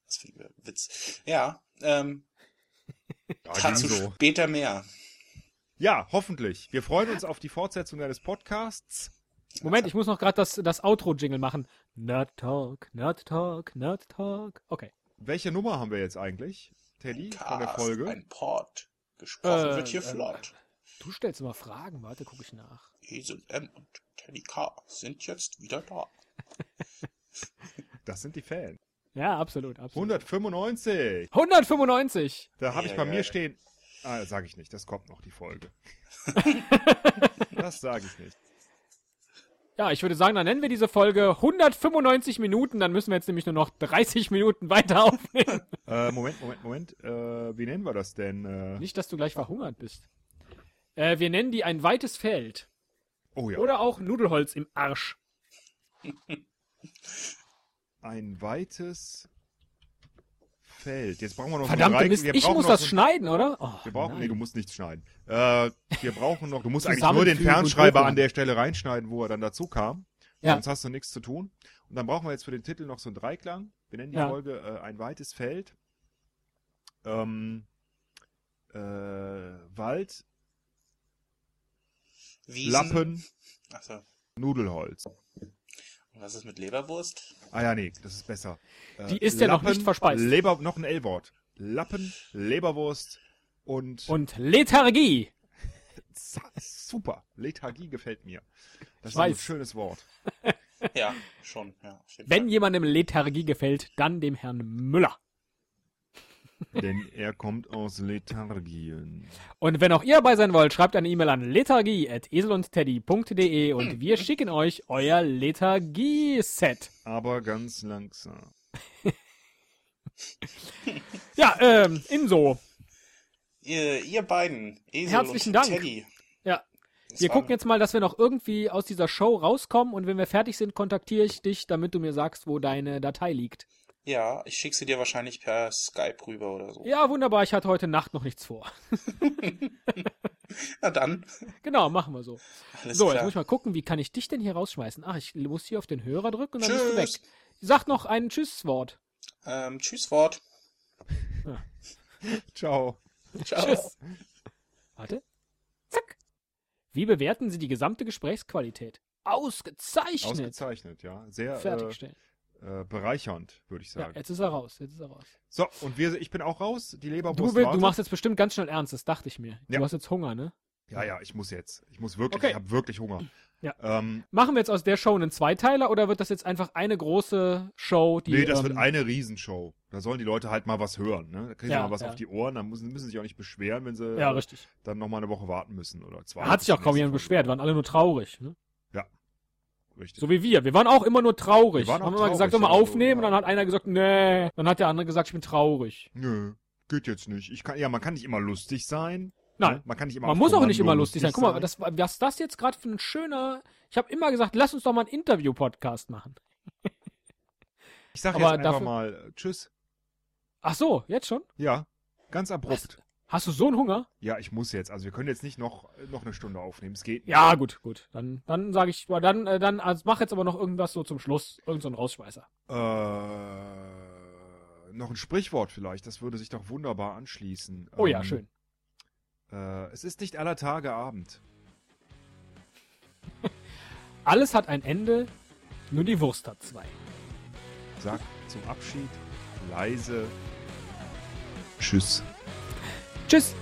Das finde ich ein Witz. Ja, ähm, ja, ging dazu so. später mehr. ja, hoffentlich. Wir freuen uns auf die Fortsetzung deines Podcasts. Moment, ich muss noch gerade das, das Outro-Jingle machen. Nerd Talk, Nerd Talk, Nerd Talk. Okay. Welche Nummer haben wir jetzt eigentlich, Teddy, von der Cast, Folge? Ein Port. Gesprochen Äh, wird hier ähm, flott. Du stellst immer Fragen, warte, gucke ich nach. Esel M und Teddy K sind jetzt wieder da. Das sind die Fans. Ja, absolut, absolut. 195. 195! Da habe ich bei Ja, mir ja. stehen. Ah, sage ich nicht, das kommt noch, die Folge. das sage ich nicht. Ja, ich würde sagen, dann nennen wir diese Folge 195 Minuten, dann müssen wir jetzt nämlich nur noch 30 Minuten weiter aufnehmen. Äh, Moment, Moment, Moment. Äh, wie nennen wir das denn? Äh, Nicht, dass du gleich verhungert bist. Äh, wir nennen die ein weites Feld. oh ja. Oder auch Nudelholz im Arsch. Ein weites Feld. Jetzt brauchen wir noch Verdammt, so einen Mist, wir ich brauchen muss noch das so- schneiden, oder? Oh, Wir brauchen, nein. nee, du musst nichts schneiden. Äh, wir brauchen noch, du musst eigentlich nur den Zusammenfügen und Fernschreiber hochladen. an der Stelle reinschneiden, wo er dann dazu kam. Ja. Sonst hast du nichts zu tun. Und dann brauchen wir jetzt für den Titel noch so einen Dreiklang. Wir nennen die Ja. Folge äh, ein weites Feld. Ähm, äh, Wald, Wiesen. Lappen, Achso. Nudelholz. Und was ist mit Leberwurst? Ah ja, nee, das ist besser. Äh, Die ist ja noch nicht verspeist. Leber, noch ein L-Wort. Lappen, Leberwurst und, Und Lethargie. Sa- super. Lethargie gefällt mir. Das ist ein weiß. schönes Wort. Ja, schon. Ja, auf jeden Wenn Fall. jemandem Lethargie gefällt, dann dem Herrn Müller. Denn er kommt aus Lethargien. Und wenn auch ihr dabei sein wollt, schreibt eine E-Mail an lethargie.eselundteddy.de Hm. und wir schicken euch euer Lethargie-Set. Aber ganz langsam. Ja, ähm, Inso. Ihr, ihr beiden, Esel Herzlichen und Dank. Teddy. Ja. Das Wir war- gucken jetzt mal, dass wir noch irgendwie aus dieser Show rauskommen und wenn wir fertig sind, kontaktiere ich dich, damit du mir sagst, wo deine Datei liegt. Ja, ich schicke sie dir wahrscheinlich per Skype rüber oder so. Ja, wunderbar, ich hatte heute Nacht noch nichts vor. Na dann. Genau, machen wir so. Alles so, jetzt klar. muss ich mal gucken, wie kann ich dich denn hier rausschmeißen? Ach, ich muss hier auf den Hörer drücken und dann bist Tschüss. du weg. Sag noch ein Tschüss-Wort. Ähm, tschüss, Wort. Ciao. Ciao. Tschüss. Warte. Zack. Wie bewerten Sie die gesamte Gesprächsqualität? Ausgezeichnet. Ausgezeichnet, ja. Sehr äh, Fertigstellen. äh, bereichernd, würde ich Ja, äh, sagen. jetzt ist er raus. Jetzt ist er raus. so, und wir, ich bin auch raus. Die Du, Leberwurst will, du wartet. machst jetzt bestimmt ganz schnell ernst, das dachte ich mir. Ja. Du hast jetzt Hunger, ne? Ja, ja, ich muss jetzt. Ich muss wirklich, Okay. ich habe wirklich Hunger. Ja. Ähm, Machen wir jetzt aus der Show einen Zweiteiler oder wird das jetzt einfach eine große Show, die. nee, das ähm, wird eine Riesenshow. Da sollen die Leute halt mal was hören. Ne? Da kriegen sie Ja, mal was ja. auf die Ohren. Dann müssen, müssen sie sich auch nicht beschweren, wenn sie Ja, äh, richtig. dann nochmal eine Woche warten müssen oder zwei. Hat sich bis auch kaum zur jemand nächsten Folge. beschwert, waren alle nur traurig. Ne? Richtig. So wie wir. Wir waren auch immer nur traurig. Wir waren auch Haben immer gesagt, sollen wir traurig, ja, so, aufnehmen? ja. Und dann hat einer gesagt, nee. Dann hat der andere gesagt, ich bin traurig. Nö, geht jetzt nicht. Ich kann, ja, man kann nicht immer lustig sein. Nein. Ne? Man kann nicht immer Man auf muss auch Kommando nicht immer lustig sein. Guck mal, das, war- was das jetzt gerade für ein schöner. Ich habe immer gesagt, lass uns doch mal einen Interview-Podcast machen. ich sag jetzt aber einfach dafür- mal äh, Tschüss. Ach so, jetzt schon? Ja, ganz abrupt. Hast du so einen Hunger? Ja, ich muss jetzt. Also wir können jetzt nicht noch, noch eine Stunde aufnehmen. Es geht nicht. Ja, gut, gut. Dann, dann sage ich, boah, dann, äh, dann also mach jetzt aber noch irgendwas so zum Schluss. Irgend so ein Rausschmeißer. Äh, noch ein Sprichwort vielleicht. Das würde sich doch wunderbar anschließen. Oh ja, Ähm, schön. Äh, es ist nicht aller Tage Abend. Alles hat ein Ende, nur die Wurst hat zwei. Sag zum Abschied leise Tschüss. Tschüss.